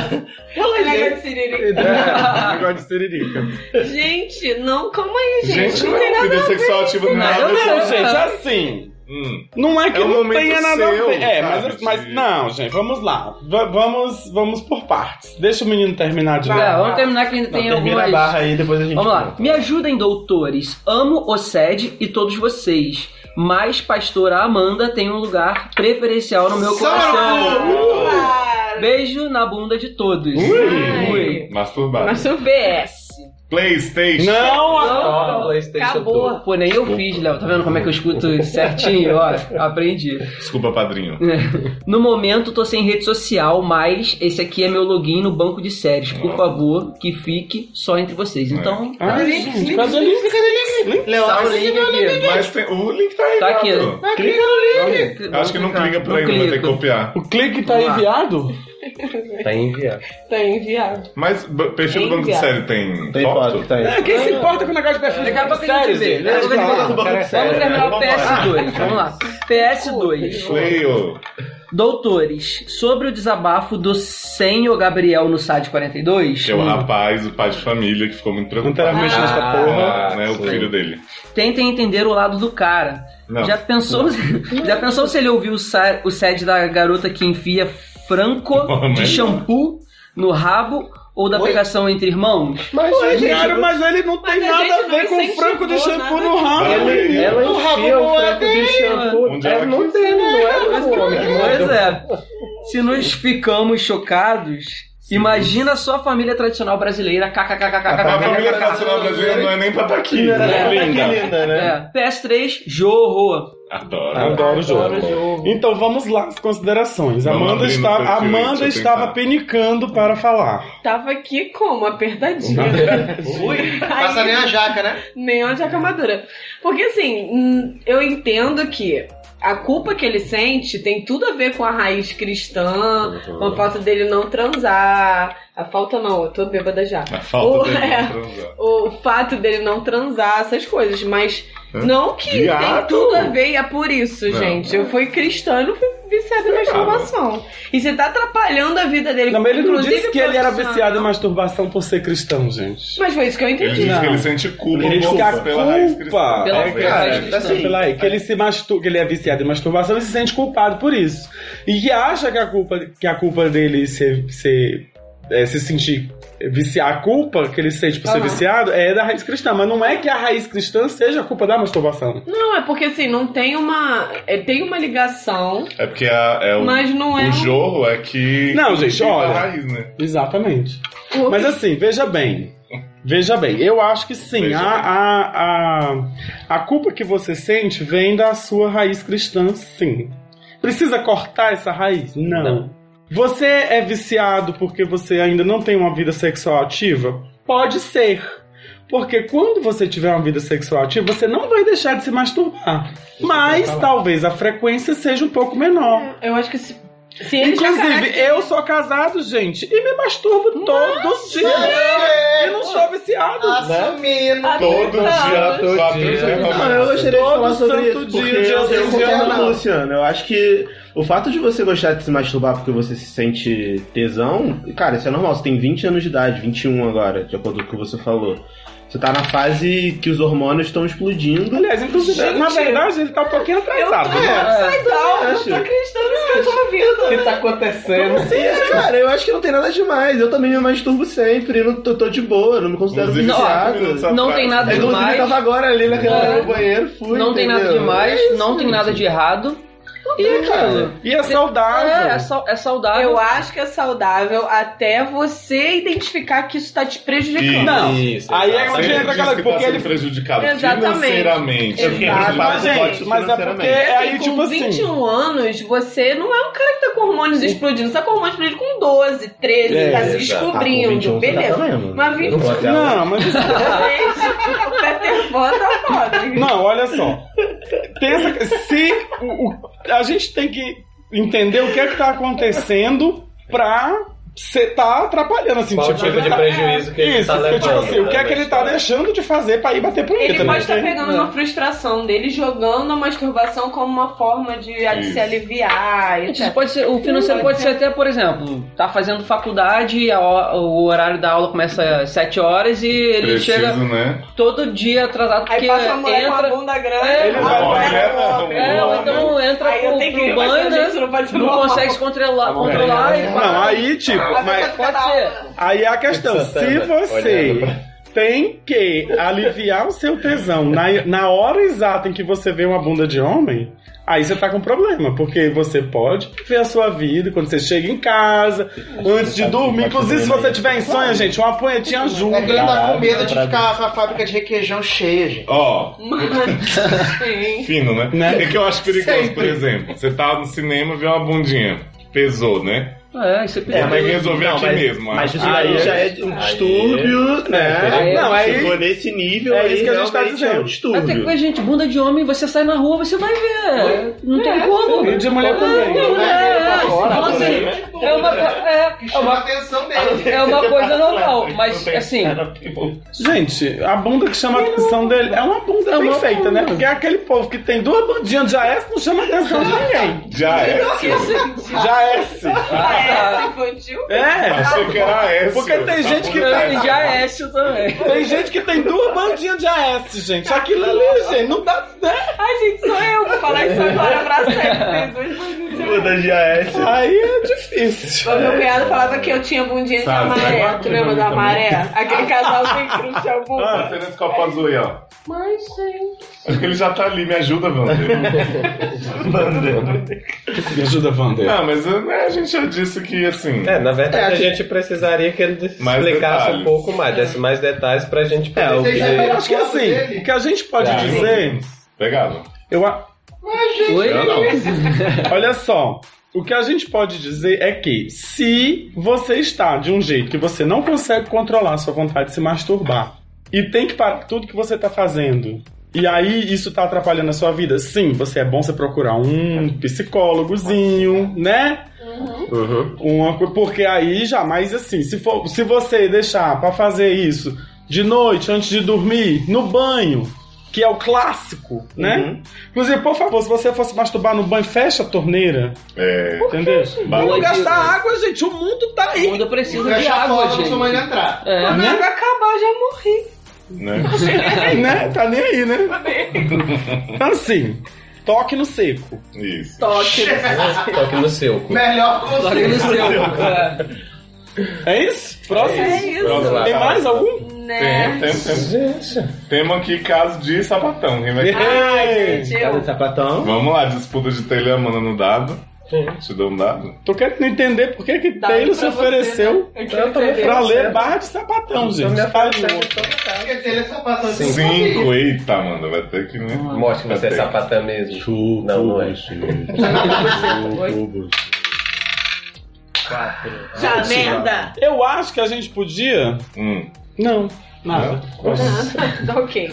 Speaker 7: Ela nega de siririca.
Speaker 1: É, negócio de siririca.
Speaker 7: Gente, não, calma aí, gente.
Speaker 3: Gente,
Speaker 7: não tem
Speaker 3: não,
Speaker 7: nada
Speaker 3: vida sexual ativa não tem nada a
Speaker 5: Não,
Speaker 3: ver.
Speaker 1: Não, gente, assim.
Speaker 3: Hum.
Speaker 1: Não é que
Speaker 3: É um
Speaker 1: não
Speaker 3: momento
Speaker 1: tenha nada a
Speaker 3: seu,
Speaker 1: ver. É, mas,
Speaker 3: sabe,
Speaker 1: mas
Speaker 3: de-
Speaker 1: não, gente, vamos lá. Va- vamos, vamos por partes. Deixa o menino terminar de
Speaker 5: É,
Speaker 1: ler.
Speaker 5: vamos terminar que ainda tem
Speaker 6: Termina a
Speaker 5: algumas...
Speaker 6: barra aí, depois a gente.
Speaker 5: Vamos lá. Me ajudem, doutores. Amo o SED e todos vocês. Mas pastora Amanda tem um lugar preferencial no meu coração.
Speaker 6: um!
Speaker 7: Claro.
Speaker 5: Beijo na bunda de todos.
Speaker 1: Ui.
Speaker 5: Ui.
Speaker 3: Masturbar.
Speaker 7: Mas eu
Speaker 5: BS.
Speaker 3: Playstation.
Speaker 1: Não, ah, a-
Speaker 8: Ó, PlayStation
Speaker 7: Acabou.
Speaker 5: Pô, nem eu fiz, Léo. Tá vendo como é que eu escuto certinho? Ó, aprendi.
Speaker 3: Desculpa, padrinho.
Speaker 5: No momento, tô sem rede social, mas esse aqui é meu login no banco de séries. Por favor, que fique só entre
Speaker 3: É.
Speaker 5: vocês. Então,
Speaker 1: tá. Ai, gente, cadê o link?
Speaker 5: tá o link aqui.
Speaker 3: Mas tem- o link tá aí.
Speaker 5: Tá aqui.
Speaker 3: dado.
Speaker 1: Clica
Speaker 3: Acho que não clica por aí, não, vai ter que
Speaker 5: clica.
Speaker 3: copiar.
Speaker 1: no- O clique tá
Speaker 5: Vamos lá.
Speaker 1: enviado?
Speaker 8: Tá enviado.
Speaker 7: Tá enviado.
Speaker 3: Mas b- perfil do banco de
Speaker 7: Enviado.
Speaker 3: série tem,
Speaker 6: Tem foto, tá aí.
Speaker 1: É, quem se importa com o negócio de perfil?
Speaker 5: Daqui a pouco a gente
Speaker 1: Sério,
Speaker 5: vê.
Speaker 1: gente,
Speaker 5: Daqui a pouco a gente
Speaker 1: vamos lá.
Speaker 5: vê. né? Vamos
Speaker 3: É,
Speaker 5: terminar o PS2. Vamos lá. PS2.
Speaker 3: Feio.
Speaker 5: Doutores, sobre o desabafo do senhor Gabriel no site 42,
Speaker 3: Que é o rapaz, o pai de família, que ficou muito
Speaker 1: Não tava
Speaker 3: preocupado.
Speaker 1: mexendo nessa
Speaker 3: Ah,
Speaker 1: porra.
Speaker 3: né, o
Speaker 8: sim.
Speaker 3: filho dele.
Speaker 5: tentem entender o lado do cara.
Speaker 3: Não.
Speaker 5: Já tá pensou, já pensou se ele ouviu o, sa- o sede da garota que enfia franco
Speaker 3: Não,
Speaker 5: de
Speaker 3: mas-
Speaker 5: shampoo no rabo ou da pegação entre irmãos?
Speaker 8: Mas,
Speaker 1: Cara, mas ele não tem
Speaker 7: Mas a
Speaker 1: nada
Speaker 7: gente
Speaker 1: a ver
Speaker 7: não
Speaker 1: com o franco de
Speaker 7: incentivou
Speaker 1: shampoo
Speaker 7: nada
Speaker 1: no rabo.
Speaker 3: disso.
Speaker 8: Ela, ela
Speaker 1: O rabo
Speaker 8: enfia
Speaker 1: não
Speaker 8: o
Speaker 1: é
Speaker 8: frango de shampoo.
Speaker 3: Onde ela
Speaker 8: É, não
Speaker 3: quis.
Speaker 8: tem, não é do homem que
Speaker 5: Pois
Speaker 8: manda.
Speaker 5: é. Se nos ficamos chocados, imagina só a família tradicional brasileira,
Speaker 3: A família
Speaker 5: kkkkkk.
Speaker 3: tradicional brasileira não é nem pra estar aqui.
Speaker 1: É,
Speaker 6: Que
Speaker 1: linda.
Speaker 6: linda, né?
Speaker 5: É, PS3, jorro.
Speaker 3: Adoro.
Speaker 1: Ah, Adoro o jogo. Então vamos lá as considerações.
Speaker 3: Vamos
Speaker 1: Amanda,
Speaker 3: abrir no
Speaker 1: está,
Speaker 3: perfil, deixa
Speaker 1: Amanda
Speaker 3: eu
Speaker 1: estava
Speaker 3: tentar.
Speaker 1: penicando para falar.
Speaker 7: Tava aqui como? Apertadinha. Ui.
Speaker 2: Passa nem a jaca, né?
Speaker 7: Nem onde a camadura. Porque assim, hum, eu entendo que a culpa que ele sente tem tudo a ver com a raiz cristã, com a falta dele não transar. A falta não, eu tô bêbada já.
Speaker 3: A falta
Speaker 7: Ou-
Speaker 3: dele
Speaker 7: é.
Speaker 3: pra transar.
Speaker 7: O fato dele não transar, essas coisas, mas
Speaker 3: Hã?
Speaker 7: não que tem
Speaker 3: Viado!
Speaker 7: tudo a ver e é por isso,
Speaker 3: É. Não.
Speaker 7: gente. Eu fui cristã e não fui viciada em masturbação. E você tá atrapalhando a vida dele.
Speaker 1: Não, mas ele não
Speaker 7: inclusive
Speaker 1: disse que ele era
Speaker 7: profissional.
Speaker 1: viciado em masturbação por ser cristão, gente.
Speaker 7: Mas foi isso que eu
Speaker 3: Ele
Speaker 7: entendi.
Speaker 3: diz
Speaker 1: Não.
Speaker 3: que ele sente culpa,
Speaker 1: Ele diz que a
Speaker 3: por- pela raiz cristã.
Speaker 1: culpa- Pela-
Speaker 3: Talvez,
Speaker 5: pela
Speaker 3: né?
Speaker 5: raiz cristã.
Speaker 1: Sei lá, é que ele se mastur... que ele é viciado em masturbação e se sente culpado por isso. E que acha que a culpa, que a culpa dele ser, ser é, se sentir viciar a culpa que ele sente por ser
Speaker 7: Aham.
Speaker 1: viciado é da raiz cristã, mas não é que a raiz cristã seja a culpa da masturbação.
Speaker 7: Não, é porque assim, não tem uma. é, tem uma ligação,
Speaker 3: É porque a- é o,
Speaker 7: mas não é.
Speaker 3: o
Speaker 7: um-
Speaker 3: jorro é que.
Speaker 1: Não, gente,
Speaker 3: A
Speaker 1: olha.
Speaker 3: raiz, né?
Speaker 1: Exatamente.
Speaker 7: o-
Speaker 1: Mas assim, veja bem. Veja bem, eu acho que sim.
Speaker 3: Veja
Speaker 1: A, a, a, a culpa que você sente vem da sua raiz cristã, sim. Precisa cortar essa raiz? Não. Você é viciado porque você ainda não tem uma vida sexual ativa? Pode ser. Porque quando você tiver uma vida sexual ativa, você não vai deixar de se masturbar. Mas talvez a frequência seja um pouco menor.
Speaker 7: é. Eu acho que se. ele já
Speaker 1: Inclusive,
Speaker 7: caracteriza-
Speaker 1: eu sou casado, gente, e me masturbo todo
Speaker 6: é,
Speaker 1: dia. Eu não sou viciado.
Speaker 6: Ah,
Speaker 2: Nossa, mina.
Speaker 3: Todo dia, todo dia.
Speaker 6: Não, eu gostaria de
Speaker 1: Todo
Speaker 6: falar sobre isso.
Speaker 1: santo
Speaker 6: Porque
Speaker 1: dia,
Speaker 6: eu,
Speaker 1: dia
Speaker 6: eu concordo
Speaker 1: sensacional.
Speaker 6: com o Luciano. Eu acho que o fato de você gostar de se masturbar porque você se sente tesão, cara, isso é normal. Você tem 20 anos de idade, 21 agora, de acordo com o que você falou. Você tá na fase que os hormônios estão explodindo.
Speaker 1: Aliás, inclusive, na verdade, ele tá um pouquinho atrasado.
Speaker 6: É, acho.
Speaker 7: acreditando nisso que eu tô ouvindo.
Speaker 8: O que tá acontecendo?
Speaker 6: Como assim, cara? Eu acho que não tem nada demais. Eu também me masturbo sempre. Eu não tô, tô de boa, eu não me considero
Speaker 3: Inclusive,
Speaker 6: viciado.
Speaker 3: cinco minutos
Speaker 5: não tem nada
Speaker 6: Inclusive,
Speaker 5: demais.
Speaker 6: Eu tava agora ali naquela
Speaker 5: É.
Speaker 6: no banheiro, fui.
Speaker 5: não tem nada
Speaker 6: entendeu?
Speaker 5: demais,
Speaker 6: É isso,
Speaker 5: não tem
Speaker 6: gente.
Speaker 5: nada de errado. E,
Speaker 6: É, cara.
Speaker 1: E é saudável.
Speaker 5: É, é, sau- é saudável.
Speaker 7: Eu acho que é saudável até você identificar que isso tá te prejudicando.
Speaker 1: Não.
Speaker 3: Isso,
Speaker 1: Aí
Speaker 3: exato.
Speaker 1: é onde
Speaker 3: Sempre
Speaker 1: entra
Speaker 3: diz
Speaker 1: aquela-
Speaker 3: que
Speaker 1: porque
Speaker 3: tá sendo
Speaker 1: ele-
Speaker 3: prejudicado
Speaker 7: Exatamente.
Speaker 3: financeiramente.
Speaker 7: Eu fiquei
Speaker 3: Prejudicado
Speaker 1: Mas, gente, mas é porque
Speaker 3: financeiramente.
Speaker 7: É
Speaker 1: é
Speaker 7: assim,
Speaker 1: aí,
Speaker 7: com
Speaker 1: tipo assim.
Speaker 7: 21 anos, você não é um cara que tá com hormônios explodindo. Você tá com hormônios explodindo com 12, 13,
Speaker 1: É,
Speaker 7: tá se
Speaker 6: Exato. Ah, com
Speaker 7: descobrindo.
Speaker 6: 21 você tá
Speaker 7: beleza.
Speaker 6: vendo?
Speaker 7: Mas
Speaker 6: Eu não vou até lá.
Speaker 1: um. Não, mas.
Speaker 7: Gente, o Peter Pan tá foda.
Speaker 1: Não, olha só. Tem essa- se o- o- a gente tem que entender o que é que tá acontecendo pra você tá atrapalhando, assim,
Speaker 8: Qual o
Speaker 1: tipo,
Speaker 8: tipo de
Speaker 1: tá-
Speaker 8: prejuízo que ele
Speaker 1: Isso,
Speaker 8: tá
Speaker 1: porque, tipo
Speaker 8: levando?
Speaker 1: assim, o que é que ele tá
Speaker 8: né?
Speaker 1: deixando de fazer pra ir bater punheta?
Speaker 7: Ele pode estar
Speaker 1: né?
Speaker 7: pegando uma frustração dele, jogando a masturbação como uma forma de a- de
Speaker 3: Isso.
Speaker 7: se aliviar. e
Speaker 5: Isso
Speaker 7: etc.
Speaker 5: pode ser, o financeiro
Speaker 7: Hum,
Speaker 5: pode ser até, por exemplo, tá fazendo faculdade, a ho- o horário da aula começa às 7 horas e ele
Speaker 3: Preciso,
Speaker 5: chega
Speaker 3: né?
Speaker 5: todo dia atrasado
Speaker 7: Aí
Speaker 5: porque
Speaker 7: passa uma mulher com
Speaker 5: entra.
Speaker 7: a bunda grande.
Speaker 5: É,
Speaker 1: Ele
Speaker 7: a
Speaker 1: vai-
Speaker 7: mulher
Speaker 3: é,
Speaker 1: né?
Speaker 7: pobre.
Speaker 5: É, ou então entra
Speaker 7: Aí eu
Speaker 5: pro,
Speaker 7: tenho que
Speaker 5: pro
Speaker 7: ir, mas
Speaker 5: banho,
Speaker 7: gente,
Speaker 5: né?
Speaker 7: isso não pode ser
Speaker 5: Não
Speaker 7: normal.
Speaker 5: consegue controlar,
Speaker 8: Vamos ver.
Speaker 5: controlar e
Speaker 1: Não, aí, tipo, mas
Speaker 5: pode ser.
Speaker 1: aí é a questão. Se
Speaker 8: Sandra,
Speaker 1: você
Speaker 8: olhando pra-
Speaker 1: tem que aliviar o seu tesão na, na hora exata em que você vê uma bunda de homem, aí você tá com problema, porque você pode ver a sua vida quando você chega em casa, antes de dormir. Inclusive, se você tiver insônia, gente, uma punhetinha
Speaker 2: É quem
Speaker 1: ajuda.
Speaker 2: tá com medo de
Speaker 6: Caralho,
Speaker 2: ficar com a fábrica de requeijão cheia, gente.
Speaker 3: Ó,
Speaker 7: Sim.
Speaker 3: fino, né?
Speaker 1: Né?
Speaker 3: É que eu acho perigoso,
Speaker 2: Sempre.
Speaker 3: por exemplo. Você tá no cinema e vê uma bundinha. Pesou, né?
Speaker 5: É, isso é
Speaker 3: É,
Speaker 5: perigoso.
Speaker 3: mas resolver
Speaker 6: Não,
Speaker 3: aqui
Speaker 6: mas-
Speaker 3: mesmo.
Speaker 6: Mas
Speaker 3: acho.
Speaker 6: isso
Speaker 8: Ah,
Speaker 6: aí já é um
Speaker 8: Aí-
Speaker 6: distúrbio,
Speaker 5: Aí-
Speaker 6: né?
Speaker 5: Não,
Speaker 1: aí-
Speaker 6: Chegou nesse nível,
Speaker 1: É
Speaker 6: aí
Speaker 1: isso que a gente tá
Speaker 6: realmente É um
Speaker 1: dizendo.
Speaker 6: distúrbio.
Speaker 5: Até que, gente, bunda de homem, você sai na rua, você vai ver. Não
Speaker 7: É,
Speaker 5: tem como.
Speaker 1: E de mulher também.
Speaker 5: É, é, então, assim,
Speaker 8: também,
Speaker 5: é uma co- é-
Speaker 2: Que
Speaker 5: é
Speaker 2: chama a
Speaker 5: uma-
Speaker 2: atenção dele.
Speaker 5: é uma coisa normal, mas assim,
Speaker 1: Gente, a bunda que chama a atenção dele é uma bunda
Speaker 5: É
Speaker 1: bem
Speaker 5: uma
Speaker 1: feita, né? Porque é aquele povo que tem duas bundinhas de AS não chama a atenção de ninguém.
Speaker 3: Já é.
Speaker 1: De AS.
Speaker 7: Ah, é,
Speaker 5: Ah,
Speaker 7: infantil?
Speaker 1: É.
Speaker 3: Achei que era essa.
Speaker 1: Porque tem gente que
Speaker 5: tá.
Speaker 1: tem
Speaker 5: Eu já é isso também.
Speaker 1: Tem gente que tem duas bandinhas de AS, gente. Aquilo ali, gente, não dá. Né?
Speaker 7: Ai, gente, sou eu. Vou falar isso agora pra sempre. Tem dois bandidos.
Speaker 6: Puta de AS.
Speaker 1: Aí é difícil.
Speaker 7: Meu cunhado falava que eu tinha bundinha
Speaker 3: É.
Speaker 7: de
Speaker 3: Sabe, vai
Speaker 7: amaré.
Speaker 3: lá,
Speaker 7: Tu lembra da
Speaker 3: também.
Speaker 7: amaré? Aquele casalzinho que não tinha
Speaker 3: Ah,
Speaker 7: bunda.
Speaker 3: você nesse copo azul aí, ó.
Speaker 7: Mas, gente.
Speaker 3: Acho que ele já tá ali, me ajuda, Wander.
Speaker 1: Me ajuda, Wander.
Speaker 3: Não, mas né, a gente já disse que assim.
Speaker 8: É, na verdade
Speaker 2: É,
Speaker 8: a gente
Speaker 1: tipo,
Speaker 8: precisaria que ele des-
Speaker 3: Mais
Speaker 8: explicasse
Speaker 3: detalhes.
Speaker 8: um pouco mais, desse mais detalhes pra gente poder.
Speaker 6: É, o que-
Speaker 1: Eu acho que assim, o que a gente pode
Speaker 8: Tá.
Speaker 1: dizer.
Speaker 3: Pegava.
Speaker 1: Eu, a-
Speaker 5: Oi?
Speaker 3: Eu não.
Speaker 1: Olha só, o que a gente pode dizer é que se você está de um jeito que você não consegue controlar a sua vontade de se masturbar e tem que parar tudo que você está fazendo. E aí, isso tá atrapalhando a sua vida? Sim, você é bom você procurar um psicólogozinho, né?
Speaker 8: Uhum.
Speaker 1: Uma, co- porque aí jamais assim, se, for, se você deixar pra fazer isso de noite, antes de dormir, no banho, que é o clássico, né?
Speaker 6: Uhum.
Speaker 1: Inclusive, por favor, se você fosse masturbar no banho, fecha a torneira.
Speaker 3: É.
Speaker 1: Entendeu? Vamos
Speaker 5: Boa
Speaker 1: gastar
Speaker 5: dica.
Speaker 1: água, gente. O mundo tá
Speaker 5: O
Speaker 1: aí.
Speaker 5: mundo precisa de
Speaker 2: Fecha a
Speaker 5: água,
Speaker 2: porta pra sua mãe
Speaker 5: gente.
Speaker 2: não entrar.
Speaker 5: É.
Speaker 7: Quando
Speaker 1: Né?
Speaker 7: a água acabar, eu já morri.
Speaker 3: Né?
Speaker 1: né? Tá nem aí, né? Então, assim, toque no seco.
Speaker 3: Isso.
Speaker 7: Toque.
Speaker 8: Toque no seu. cu.
Speaker 2: Melhor
Speaker 5: Só que
Speaker 2: conselho.
Speaker 5: no seu. É.
Speaker 1: É isso? Próximo?
Speaker 7: É isso.
Speaker 3: Pronto,
Speaker 1: Tem
Speaker 3: lá.
Speaker 1: mais algum?
Speaker 7: Né?
Speaker 3: Tem, tem, tem.
Speaker 8: Gente.
Speaker 3: Temos aqui caso de sapatão. Quem vai...
Speaker 7: Ai,
Speaker 1: Ei,
Speaker 7: gente,
Speaker 6: Cara
Speaker 7: eu...
Speaker 6: de sapatão.
Speaker 3: Vamos lá, disputa de telha, manda no dado. Te dou um dado.
Speaker 1: Tô querendo entender por que que
Speaker 7: Dá
Speaker 1: Taylor se
Speaker 7: pra você,
Speaker 1: ofereceu
Speaker 7: né? Eu
Speaker 8: Eu também
Speaker 7: quero
Speaker 1: pra
Speaker 8: Tá
Speaker 1: ler
Speaker 8: certo.
Speaker 1: barra de sapatão, gente.
Speaker 8: me
Speaker 1: Faz o
Speaker 8: afastando.
Speaker 1: outro.
Speaker 2: Porque se ele é sapatão de sapatão.
Speaker 3: Cinco. Eita, mano. Vai ter que. Né?
Speaker 8: Mostra que você é sapatã mesmo.
Speaker 6: Chu,
Speaker 8: Não, não é.
Speaker 6: Chu, chu, chu, chu.
Speaker 8: Quatro.
Speaker 7: Já, merda.
Speaker 1: Eu acho que a gente podia.
Speaker 3: Hum.
Speaker 1: Não, nada.
Speaker 7: Tá ok.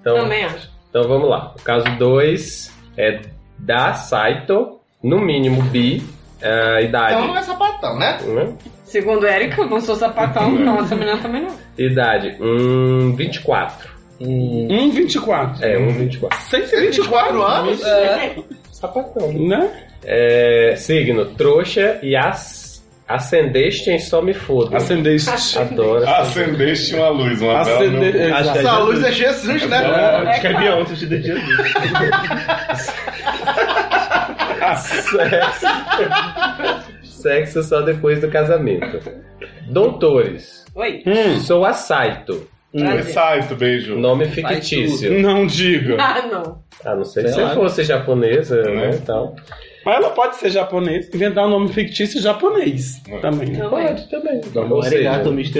Speaker 8: Então,
Speaker 7: Também acho.
Speaker 8: Então vamos lá. O caso 2 é da Saito, no mínimo bi, é, idade.
Speaker 7: Então não é sapatão, né?
Speaker 8: Né?
Speaker 7: Segundo Érica, eu não sou sapatão, não. Essa menina também não.
Speaker 8: Idade, um 24.
Speaker 1: Um 24.
Speaker 8: É, um 24.
Speaker 1: 124
Speaker 8: anos?
Speaker 1: É.
Speaker 8: Sapatão.
Speaker 1: Né?
Speaker 8: É, signo, trouxa e as, ascendeste em só me foda.
Speaker 1: Ascendeste.
Speaker 8: Adoro.
Speaker 3: Acendeste uma luz, uma
Speaker 8: Acende-
Speaker 3: bela...
Speaker 8: Acho que é Essa Jesus. luz é
Speaker 2: Jesus, né?
Speaker 8: É,
Speaker 2: acho que é
Speaker 8: Beyoncé
Speaker 6: de Jesus.
Speaker 8: Sexo. Sexo só depois do casamento. Doutores.
Speaker 7: Oi.
Speaker 1: Hum.
Speaker 8: Sou a Saito.
Speaker 3: Hum.
Speaker 7: Prazer.
Speaker 3: É
Speaker 8: Saito, beijo. Nome fictício.
Speaker 1: Não diga.
Speaker 7: Ah, não.
Speaker 8: A não
Speaker 1: Sei
Speaker 8: ser que você
Speaker 1: lá.
Speaker 8: fosse japonesa, né? e Tal.
Speaker 1: Mas ela pode ser japonesa, inventar um nome fictício japonês também. né?
Speaker 8: Pode também.
Speaker 6: é
Speaker 8: Ou
Speaker 6: Arigato,
Speaker 8: seja,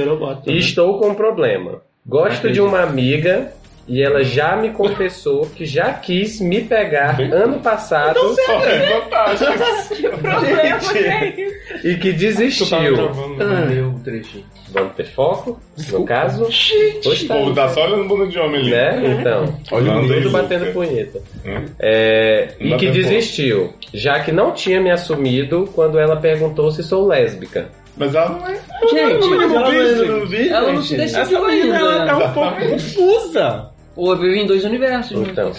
Speaker 6: né?
Speaker 8: Estou com um problema. Gosto
Speaker 6: Acredito.
Speaker 8: de uma amiga e ela já me confessou que já quis me pegar ano passado
Speaker 3: é
Speaker 7: Que problema que é isso?
Speaker 8: e que desistiu.
Speaker 6: Ah.
Speaker 8: um
Speaker 11: Meu trechinho.
Speaker 8: Vamos ter foco? No caso? Gente!
Speaker 3: O povo tá só olhando bunda de homem ali.
Speaker 8: Né? Então.
Speaker 3: Olha o
Speaker 8: tudo
Speaker 3: Deus,
Speaker 8: batendo
Speaker 3: cara.
Speaker 8: punheta. É,
Speaker 3: Não
Speaker 8: e
Speaker 3: dá
Speaker 8: que
Speaker 3: pra
Speaker 8: desistiu, já que não tinha me assumido quando ela perguntou se sou lésbica.
Speaker 3: Mas ela não é.
Speaker 8: Gente, ela não é virgem.
Speaker 5: ela não se
Speaker 8: Gente,
Speaker 5: decidiu
Speaker 8: essa
Speaker 1: né,
Speaker 8: menina,
Speaker 5: ainda.
Speaker 8: ela tá um pouco
Speaker 1: é confusa.
Speaker 5: Ou vive em dois universos. né?
Speaker 8: Então,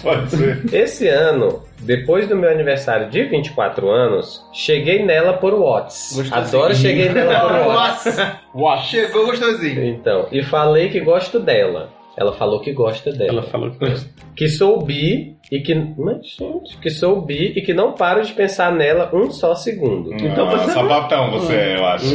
Speaker 8: esse ano, depois do meu aniversário de 24 anos, cheguei nela por Whats. Adoro cheguei nela por Whats.
Speaker 2: Chegou gostosinho.
Speaker 8: Então, e falei que gosto dela. Ela falou que gosta dela. Ela
Speaker 1: falou que
Speaker 8: gosta. Que sou bi e que. Mas, gente, que sou bi e que não paro de pensar nela um só segundo.
Speaker 3: Então você- sapatão você é, eu acho.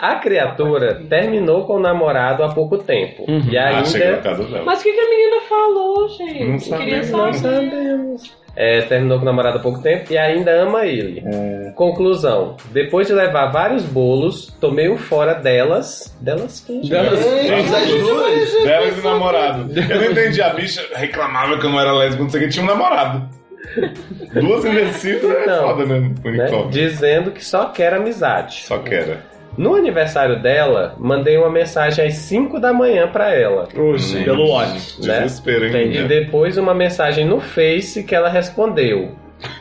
Speaker 8: A criatura terminou com o namorado há pouco tempo. E ainda. é.
Speaker 3: Ah, cheguei na casa dela. né?
Speaker 7: Mas o que, que a menina falou, gente?
Speaker 8: Não
Speaker 7: Eu queria
Speaker 8: sabemos,
Speaker 7: saber.
Speaker 8: não É, terminou com o namorado há pouco tempo e ainda ama ele.
Speaker 3: É.
Speaker 8: Conclusão: depois de levar vários bolos, tomei um fora delas. Delas quem?
Speaker 1: é
Speaker 3: Delas e namorado. Eu não entendi. A bicha reclamava que eu não era lésbica, não sei o que. Tinha um namorado. Duas imbecil é foda mesmo.
Speaker 8: né? Dizendo que só quer amizade.
Speaker 3: Só quer.
Speaker 8: No aniversário dela, mandei uma mensagem às 5 da manhã pra ela.
Speaker 3: gente. Pelo
Speaker 8: WhatsApp.
Speaker 3: Desespero, hein,
Speaker 8: E
Speaker 3: né?
Speaker 8: depois uma mensagem no Face que ela respondeu: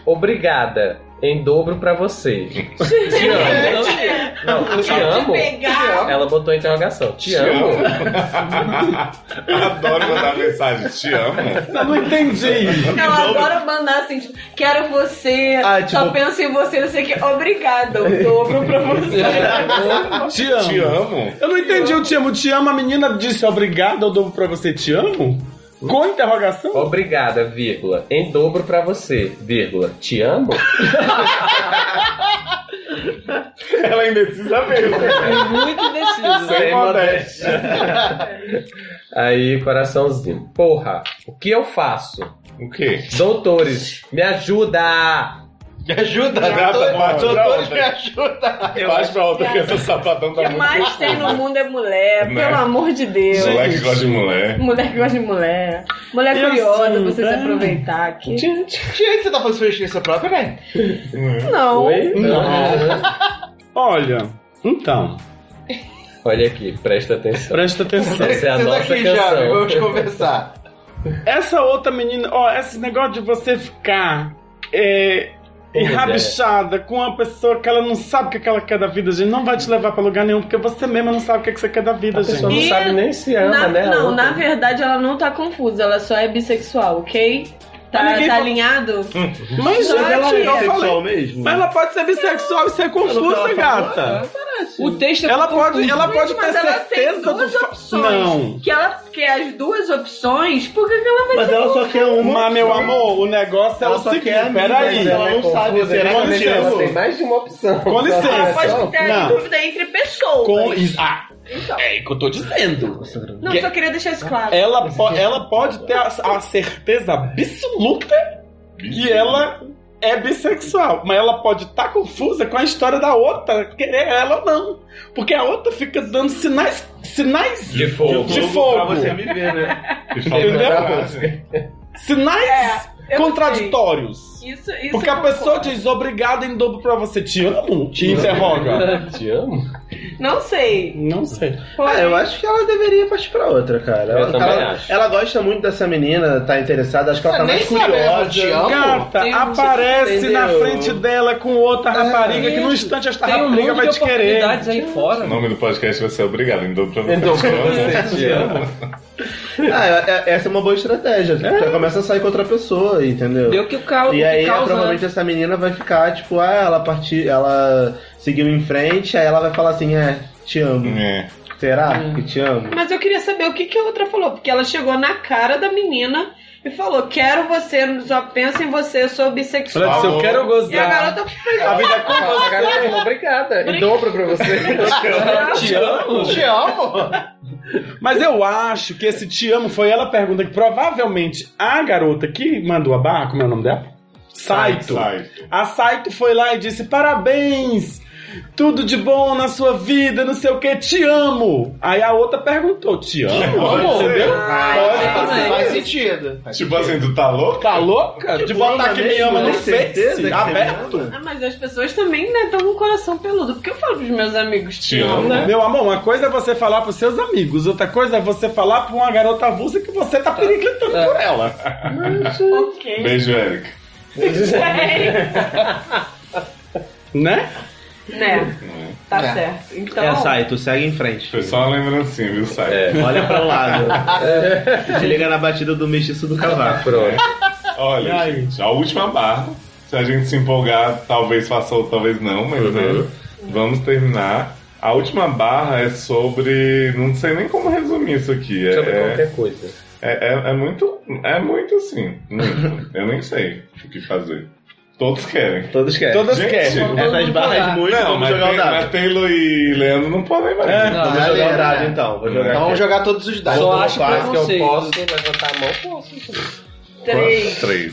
Speaker 8: Obrigada, em dobro pra você. Te amo. Não, te amo. Ela botou interrogação. Te, amo.
Speaker 3: Adoro mandar mensagem. Te amo.
Speaker 1: Eu não entendi.
Speaker 7: Ela adora mandar assim, tipo, quero você,
Speaker 3: Ah, tipo-
Speaker 7: só penso em você, não sei o que. Obrigada, o dobro pra você.
Speaker 1: Te amo.
Speaker 3: Te amo.
Speaker 1: Eu não entendi o te amo. Te amo, a menina disse obrigada, eu dou pra você te amo? Com interrogação?
Speaker 8: Obrigada, vírgula. Em dobro pra você, vírgula. Te amo?
Speaker 3: Ela ainda precisa né? mesmo.
Speaker 5: Muito indeciso. né?
Speaker 3: Sem modéstia.
Speaker 8: Aí, coraçãozinho. Porra, o que eu faço?
Speaker 3: O quê?
Speaker 8: Doutores, me ajuda!
Speaker 2: Me ajuda,
Speaker 3: Nada,
Speaker 2: doutor-
Speaker 3: bate pra
Speaker 2: doutores,
Speaker 3: outra.
Speaker 2: me ajuda.
Speaker 3: Eu Faz pra outra que essa sapatão
Speaker 7: O
Speaker 3: tá
Speaker 7: que
Speaker 3: muito.
Speaker 7: mais tem no mundo é mulher,
Speaker 3: Né?
Speaker 7: pelo amor de Deus.
Speaker 3: Moleque gosta de mulher.
Speaker 7: Mulher que gosta de mulher. Mulher
Speaker 2: Eu
Speaker 7: curiosa,
Speaker 2: sim,
Speaker 7: você
Speaker 2: né?
Speaker 7: se aproveitar aqui.
Speaker 2: Gente, gente, você tá fazendo sua experiência própria, né?
Speaker 1: um
Speaker 7: Não.
Speaker 8: Oi?
Speaker 1: Olha, então.
Speaker 8: Olha aqui, presta atenção.
Speaker 1: Presta atenção.
Speaker 8: Essa é a
Speaker 1: Senta
Speaker 8: nossa
Speaker 1: aqui,
Speaker 8: canção.
Speaker 1: Jovem,
Speaker 2: Vamos conversar.
Speaker 1: Essa outra menina, ó, esse negócio de você ficar é,
Speaker 8: Pois
Speaker 1: enrabixada com uma pessoa que ela não sabe o que ela quer da vida, gente, não vai te levar pra lugar nenhum, porque você mesma não sabe o que que você quer da vida,
Speaker 8: A
Speaker 1: gente.
Speaker 8: pessoa não sabe nem se ama,
Speaker 7: Na-
Speaker 8: né? a
Speaker 7: não,
Speaker 8: outra.
Speaker 7: na verdade ela não tá confusa, ela só é bissexual, ok? Tá,
Speaker 1: Mas ninguém Hum.
Speaker 7: tá
Speaker 1: fala-
Speaker 7: alinhado?
Speaker 1: Mas
Speaker 7: Só
Speaker 1: gente,
Speaker 6: é.
Speaker 7: que-
Speaker 1: eu falei- Mas ela pode ser bissexual e ser confusa, gata.
Speaker 5: O texto é
Speaker 1: Ela pode,
Speaker 5: confuso.
Speaker 1: ela pode ter
Speaker 7: Mas ela tem
Speaker 1: certeza
Speaker 7: duas
Speaker 1: do fa-
Speaker 7: opções.
Speaker 1: Não.
Speaker 7: Que ela quer as duas opções, por que, que ela vai ser confusa?
Speaker 1: Mas, meu amor, o negócio é o seguinte, peraí. Com licença.
Speaker 8: mais de uma opção.
Speaker 1: Com
Speaker 7: Ela pode ter
Speaker 1: licença. Não.
Speaker 7: dúvida entre pessoas.
Speaker 1: Com, is- ah,
Speaker 7: Então.
Speaker 1: é o que eu tô dizendo.
Speaker 7: Não,
Speaker 1: Que-
Speaker 7: só queria deixar isso claro.
Speaker 1: ela, po- ela pode ter a, a certeza absoluta que ela é bissexual, mas ela pode estar confusa com a história da outra, querer ela ou não. Porque a outra fica dando sinais sinais
Speaker 8: De fogo.
Speaker 1: de fogo.
Speaker 6: Pra você me ver, né?
Speaker 3: E falta
Speaker 1: Entendeu?
Speaker 3: coragem.
Speaker 1: Sinais
Speaker 5: É,
Speaker 1: contraditórios.
Speaker 7: Isso, isso
Speaker 1: Porque a
Speaker 7: eu concordo.
Speaker 1: pessoa diz obrigado em dobro pra você, te amo, te interroga.
Speaker 8: Te amo?
Speaker 7: Não sei.
Speaker 1: Não sei. É,
Speaker 6: Ah, eu acho que ela deveria partir pra outra, cara.
Speaker 8: Eu
Speaker 6: ela,
Speaker 8: também
Speaker 6: ela-
Speaker 8: acho.
Speaker 6: ela gosta muito dessa menina, tá interessada, acho que ela tá
Speaker 1: nem
Speaker 6: mais
Speaker 1: sabe,
Speaker 6: curiosa.
Speaker 1: ela te ama. Gata,
Speaker 6: Tem um-
Speaker 1: aparece na
Speaker 6: entendeu?
Speaker 1: frente dela com outra rapariga que no instante esta
Speaker 5: Tem um
Speaker 1: rapariga
Speaker 5: monte
Speaker 1: vai
Speaker 5: de
Speaker 1: te querer.
Speaker 5: oportunidades aí fora.
Speaker 3: O nome do podcast vai ser Obrigado, em dobro Então, pra você.
Speaker 6: Em dobro pra você,
Speaker 3: Te
Speaker 6: te
Speaker 3: amo.
Speaker 6: Ah, é- é- essa é uma boa estratégia. Já começa a sair com outra pessoa, entendeu?
Speaker 5: Deu que o carro
Speaker 6: E aí,
Speaker 5: causa,
Speaker 6: provavelmente, essa menina vai ficar, tipo, ah, ela partiu, ela seguiu em frente, aí ela vai falar assim, é, te amo.
Speaker 3: É.
Speaker 6: Será que te amo?
Speaker 7: Mas eu queria saber o que, que a outra falou, porque ela chegou na cara da menina e falou: Quero você, só pensa em você, eu sou bissexual.
Speaker 1: Ela disse, "Eu quero gozar."
Speaker 7: E a garota foi
Speaker 1: A vida é com
Speaker 8: A garota falou, obrigada. E dobro pra você.
Speaker 1: Te amo.
Speaker 8: Te amo.
Speaker 1: Mas eu acho que esse te amo foi ela a pergunta que provavelmente a garota que mandou a barra, como é o nome dela? Saito.
Speaker 3: Saito.
Speaker 1: A Saito foi lá e disse: parabéns! Tudo de bom na sua vida, não sei o que, te amo! Aí a outra perguntou: te amo?
Speaker 2: Pode ser.
Speaker 1: Entendeu?
Speaker 2: Ah,
Speaker 1: Pode
Speaker 2: entendi.
Speaker 1: fazer.
Speaker 2: Faz sentido.
Speaker 3: Tipo assim, tu tá louco?
Speaker 1: Tá louca? De botar Tá que né, me ama no Face, aberto?
Speaker 7: Ah, mas as pessoas também, né, estão com o coração peludo. Porque eu falo pros meus amigos, te, amo, né?
Speaker 1: Meu amor, uma coisa é você falar pros seus amigos, outra coisa é você falar pra uma garota avulsa que você tá periclitando por ela.
Speaker 7: ok.
Speaker 3: Beijo, Eric.
Speaker 1: Né?
Speaker 7: Né? Tá
Speaker 6: É.
Speaker 7: certo. Então.
Speaker 6: É, sai, tu segue em frente.
Speaker 3: Foi só uma lembrancinha, viu, Sai?
Speaker 6: Olha pra lá. É. Te liga na batida do mestiço do
Speaker 8: Ah,
Speaker 6: cavalo.
Speaker 3: Olha, gente, a última barra. Se a gente se empolgar, talvez faça ou talvez não, mas né,
Speaker 6: Uhum.
Speaker 3: vamos terminar. A última barra é sobre. Não sei nem como resumir isso aqui. É,
Speaker 8: Sobre qualquer coisa.
Speaker 3: É, é- é muito. É muito assim. muito. Eu nem sei o que fazer. Todos querem.
Speaker 6: Todos querem.
Speaker 1: Todas
Speaker 3: Gente,
Speaker 1: querem.
Speaker 6: Essas barras muito,
Speaker 3: Não,
Speaker 6: vamos
Speaker 3: mas,
Speaker 6: jogar o
Speaker 3: tem,
Speaker 6: dado.
Speaker 3: mas Taylor e Leandro não podem mais.
Speaker 6: É,
Speaker 3: Não,
Speaker 6: vamos
Speaker 3: galera,
Speaker 6: jogar o dado,
Speaker 3: né?
Speaker 6: então. Vou jogar.
Speaker 3: Não é?
Speaker 2: Então vamos jogar todos os dados.
Speaker 5: Só
Speaker 2: Então,
Speaker 5: acho
Speaker 2: faz
Speaker 8: que eu
Speaker 5: preconceito.
Speaker 8: posso levantar a mão, posso.
Speaker 7: Três.
Speaker 3: Três.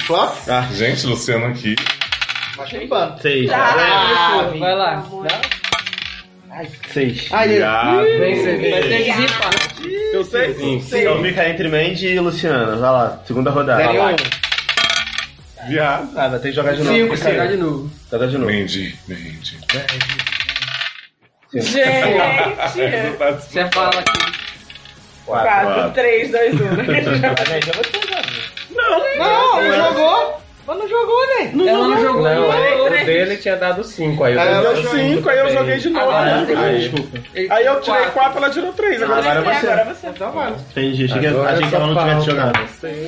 Speaker 3: Ah, gente, Luciano aqui.
Speaker 6: Seis.
Speaker 7: Ah,
Speaker 5: Vai lá.
Speaker 6: Seis.
Speaker 2: Aí,
Speaker 5: Vai ter que zipar.
Speaker 1: Eu sei.
Speaker 6: Então fica entre Mandy e Luciana. Vai lá, segunda rodada.
Speaker 2: Daniel,
Speaker 6: Vai lá.
Speaker 3: Viado.
Speaker 6: Ah, vai ter que jogar de novo.
Speaker 5: Cinco,
Speaker 6: Fica aí.
Speaker 5: jogar de novo.
Speaker 6: Jogar de novo.
Speaker 3: Mandy, Mandy.
Speaker 7: Gente.
Speaker 5: Você fala aqui.
Speaker 7: Quatro, três, dois, um.
Speaker 2: Não, não jogou. Mas não jogou, né?
Speaker 5: Ela não jogou.
Speaker 8: Não,
Speaker 5: Ela
Speaker 8: o dele tinha dado cinco. Aí eu
Speaker 1: Ela
Speaker 8: dei
Speaker 1: deu 5, aí eu joguei de novo.
Speaker 5: Agora
Speaker 1: né?
Speaker 8: Aí.
Speaker 6: Desculpa.
Speaker 1: Aí eu tirei 4, ela tirou 3. Agora
Speaker 6: Agora
Speaker 7: É,
Speaker 6: você.
Speaker 7: agora você.
Speaker 6: Entendi. Achei que
Speaker 8: Agora
Speaker 6: achei que ela não
Speaker 8: só
Speaker 6: tivesse
Speaker 8: falta.
Speaker 6: jogado.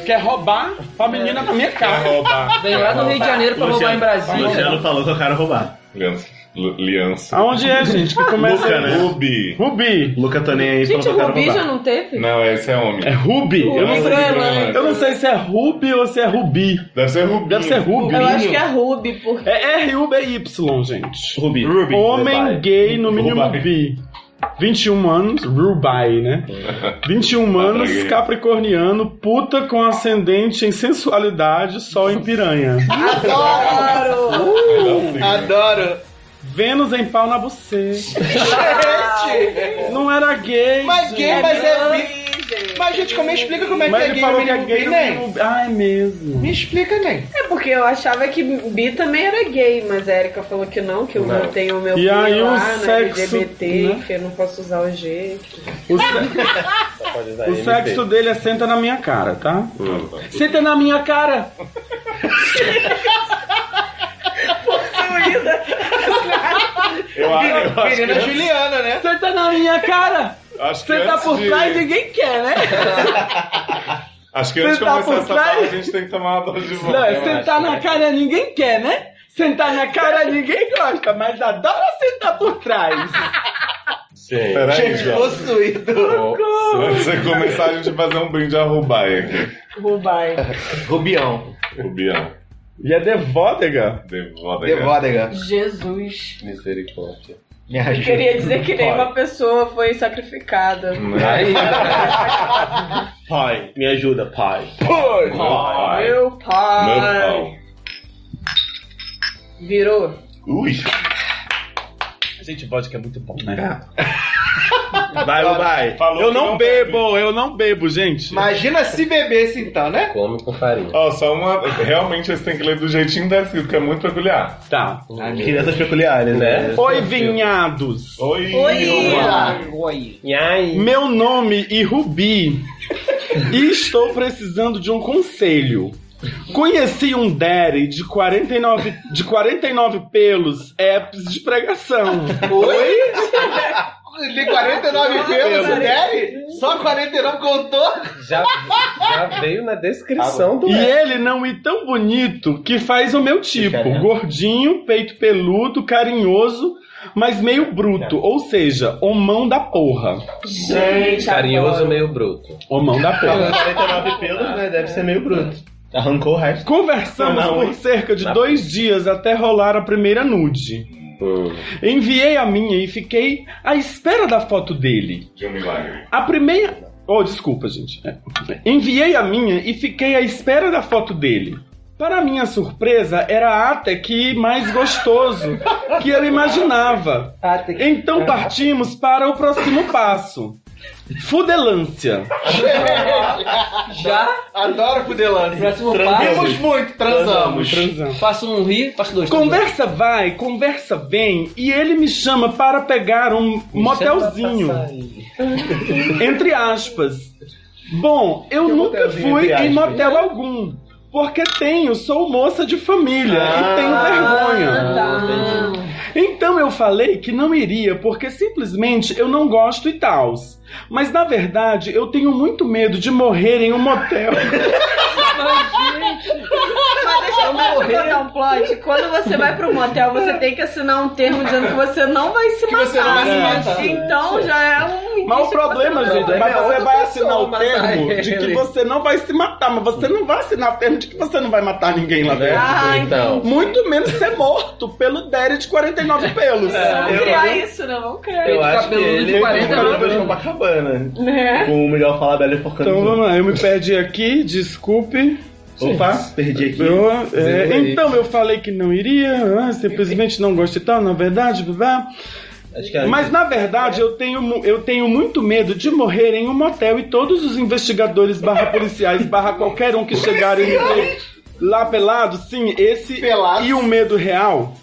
Speaker 1: quer roubar pra menina na minha
Speaker 3: Quer
Speaker 1: cara.
Speaker 3: roubar?
Speaker 5: Vem lá do Rio de Janeiro pra roubar em Brasília.
Speaker 6: Luciano falou que eu quero roubar.
Speaker 3: Liança. Lu- Liança.
Speaker 1: Aonde é, gente? Que começa
Speaker 6: Luca, né?
Speaker 3: Rubi.
Speaker 1: Rubi.
Speaker 6: Luca tô nem aí falou
Speaker 7: Gente,
Speaker 6: que eu
Speaker 7: o
Speaker 6: quero
Speaker 7: Rubi já
Speaker 6: roubar.
Speaker 7: não teve?
Speaker 3: Não, esse é homem.
Speaker 1: É Rubi? Eu não, sei,
Speaker 3: Rubi.
Speaker 1: eu não sei se é Rubi ou se é Rubi.
Speaker 3: Deve ser Rubi.
Speaker 1: Deve ser Rubi.
Speaker 7: Eu acho que é Ruby, porque.
Speaker 1: É R-U-B-Y, gente.
Speaker 6: Rubi.
Speaker 1: Homem
Speaker 6: Rubai.
Speaker 1: gay, no mínimo
Speaker 3: Rubai.
Speaker 1: bi. 21 anos, Rubai, né? 21 anos,
Speaker 3: Apaguei.
Speaker 1: capricorniano, puta com ascendente em sensualidade, sol em piranha.
Speaker 2: Adoro!
Speaker 3: Adoro.
Speaker 2: Adoro!
Speaker 1: Vênus em pau na buceta.
Speaker 2: Gente!
Speaker 1: Não era gay.
Speaker 2: Mas gay,
Speaker 1: gente.
Speaker 2: mas é bi. Mas, gente, como é- explica como é que
Speaker 1: Mas
Speaker 2: é
Speaker 1: ele
Speaker 2: gay no
Speaker 1: falou que é
Speaker 2: mínimo
Speaker 1: gay
Speaker 2: bi,
Speaker 1: no
Speaker 2: né?
Speaker 1: mínimo- Ah, é mesmo.
Speaker 2: Me explica, nem.
Speaker 7: É porque eu achava que bi também era gay, mas a Erika falou que não, que eu
Speaker 8: Não.
Speaker 7: não tenho o meu
Speaker 1: E
Speaker 7: bi lá
Speaker 1: aí o
Speaker 7: na
Speaker 1: sexo,
Speaker 7: LGBT,
Speaker 1: né?
Speaker 7: que eu não posso usar o G.
Speaker 1: O, se-
Speaker 8: Pode usar
Speaker 1: o
Speaker 8: ele,
Speaker 1: sexo dele é senta na minha cara, tá? Senta na minha cara.
Speaker 3: Eu acho,
Speaker 2: Menina
Speaker 6: é
Speaker 2: Juliana, né?
Speaker 1: Senta tá na minha cara.
Speaker 3: acho que
Speaker 1: Você tá
Speaker 3: antes
Speaker 1: por
Speaker 3: de-
Speaker 1: trás e ninguém quer, né?
Speaker 3: Acho que antes
Speaker 1: Você
Speaker 3: de
Speaker 1: tá
Speaker 3: começar
Speaker 1: por
Speaker 3: essa
Speaker 1: trás?
Speaker 3: barra, a gente tem que tomar uma dose de volta.
Speaker 1: Não, é
Speaker 3: eu acho.
Speaker 1: sentar na cara ninguém quer, né? Sentar na cara ninguém gosta, mas adora sentar por trás.
Speaker 8: Gente,
Speaker 3: Peraí,
Speaker 2: Gente,
Speaker 3: João.
Speaker 2: possuído.
Speaker 3: Antes de começar, a gente fazer um brinde a Rubai aqui.
Speaker 7: Rubai.
Speaker 2: Rubião.
Speaker 3: Rubião.
Speaker 1: E é devódega.
Speaker 3: Devoda.
Speaker 2: Devódega.
Speaker 7: Jesus.
Speaker 8: misericórdia.
Speaker 2: Me
Speaker 7: Eu
Speaker 2: ajuda.
Speaker 7: queria dizer que nenhuma pessoa foi sacrificada.
Speaker 6: né?
Speaker 8: Aí,
Speaker 6: Pai, me ajuda, pai.
Speaker 3: Meu pai. Ah, Meu
Speaker 7: Meu pai.
Speaker 3: pau.
Speaker 7: Virou.
Speaker 3: Ui.
Speaker 1: Gente, vodka é muito bom, né?
Speaker 2: Tá
Speaker 6: Vai, vai.
Speaker 1: eu não, bebo, eu não bebo, gente.
Speaker 2: Imagina se bebesse então, né?
Speaker 8: Como com farinha.
Speaker 3: Ó, só uma. Realmente eles têm que ler do jeitinho da escrita, que é muito peculiar.
Speaker 1: Tá.
Speaker 6: Crianças peculiares, né?
Speaker 1: Oi, vinhados.
Speaker 3: Oi.
Speaker 2: Ah,
Speaker 3: Ah.
Speaker 1: Oi. Meu nome é Rubi e estou precisando de um conselho. Conheci um Derry de 49, de 49 pelos apps de pregação.
Speaker 2: Oi? Li 49 pelos,
Speaker 1: Pelos.
Speaker 2: sério? Só 49 contou?
Speaker 8: Já, Tá já veio na descrição do
Speaker 1: E ele não é tão bonito que faz o meu tipo. Gordinho, peito peludo, carinhoso, mas meio bruto. Ou seja, homão da porra.
Speaker 7: Gente,
Speaker 8: Carinhoso
Speaker 7: adoro.
Speaker 8: meio bruto.
Speaker 1: Homão da porra.
Speaker 6: 49 pelos, né? Deve ser meio bruto. Arrancou o resto.
Speaker 1: Conversamos
Speaker 6: Não,
Speaker 1: por
Speaker 6: hein?
Speaker 1: cerca de dois dias até rolar a primeira nude.
Speaker 3: Hum.
Speaker 1: Enviei a minha e fiquei à espera da foto dele.
Speaker 3: De um milagre.
Speaker 1: A primeira. Oh, desculpa, gente. É. Enviei a minha e fiquei à espera da foto dele. Para minha surpresa, era até que mais gostoso que eu imaginava. Então partimos para o próximo passo. Fudelância.
Speaker 5: Já?
Speaker 2: Adoro fudelando.
Speaker 5: Próximo
Speaker 2: Transamos
Speaker 5: passo.
Speaker 2: muito, transamos.
Speaker 5: Faço um rir, faço dois.
Speaker 1: Conversa vai, conversa vem, e ele me chama para pegar um motelzinho. Entre aspas. Bom, eu nunca
Speaker 6: motelzinho,
Speaker 1: fui
Speaker 6: entre
Speaker 1: em
Speaker 6: aspas?
Speaker 1: motel algum. Porque tenho, sou moça de família
Speaker 6: Ah.
Speaker 1: e tenho
Speaker 8: Ah,
Speaker 1: vergonha.
Speaker 8: tá.
Speaker 1: Então eu falei que não iria porque simplesmente eu não gosto e tals. Mas na verdade eu tenho muito medo de morrer em um motel.
Speaker 7: Mas, gente, mas deixa eu só te contar um plot. Quando você vai pro motel, você tem que assinar um termo dizendo que você não vai se matar.
Speaker 1: você não vai se matar.
Speaker 7: Então já é um.
Speaker 1: Mas o problema,
Speaker 7: indício que
Speaker 1: gente,
Speaker 7: você não
Speaker 1: mas
Speaker 7: vai
Speaker 1: você
Speaker 7: matar
Speaker 1: vai
Speaker 7: outra
Speaker 1: assinar o
Speaker 7: pessoa, matar
Speaker 1: termo de que
Speaker 7: ele.
Speaker 1: você não vai se matar, mas você não vai assinar o termo de que você não vai matar ninguém lá dentro.
Speaker 7: Ah, então.
Speaker 1: Muito menos ser morto pelo Derry de 49 pelos.
Speaker 7: É. Então, Não
Speaker 1: é, Eu-
Speaker 7: criar isso, não. Não quero.
Speaker 6: Eu acho que ele é
Speaker 1: anos.
Speaker 6: de Copacabana.
Speaker 7: Né?
Speaker 6: Com o melhor falar Bela e Forcando.
Speaker 1: Então vamos lá, eu me perdi aqui, desculpe.
Speaker 6: Opa, perdi aqui.
Speaker 1: Eu, é,
Speaker 6: Desenrolei.
Speaker 1: então eu falei que não iria, ah, simplesmente não gosto e tal, na verdade. blá.
Speaker 6: Acho que é-
Speaker 1: Mas na verdade eu tenho, mu- eu tenho muito medo de morrer em um motel e todos os investigadores barra policiais barra qualquer um que chegarem me ver lá pelado, sim, esse e o medo real.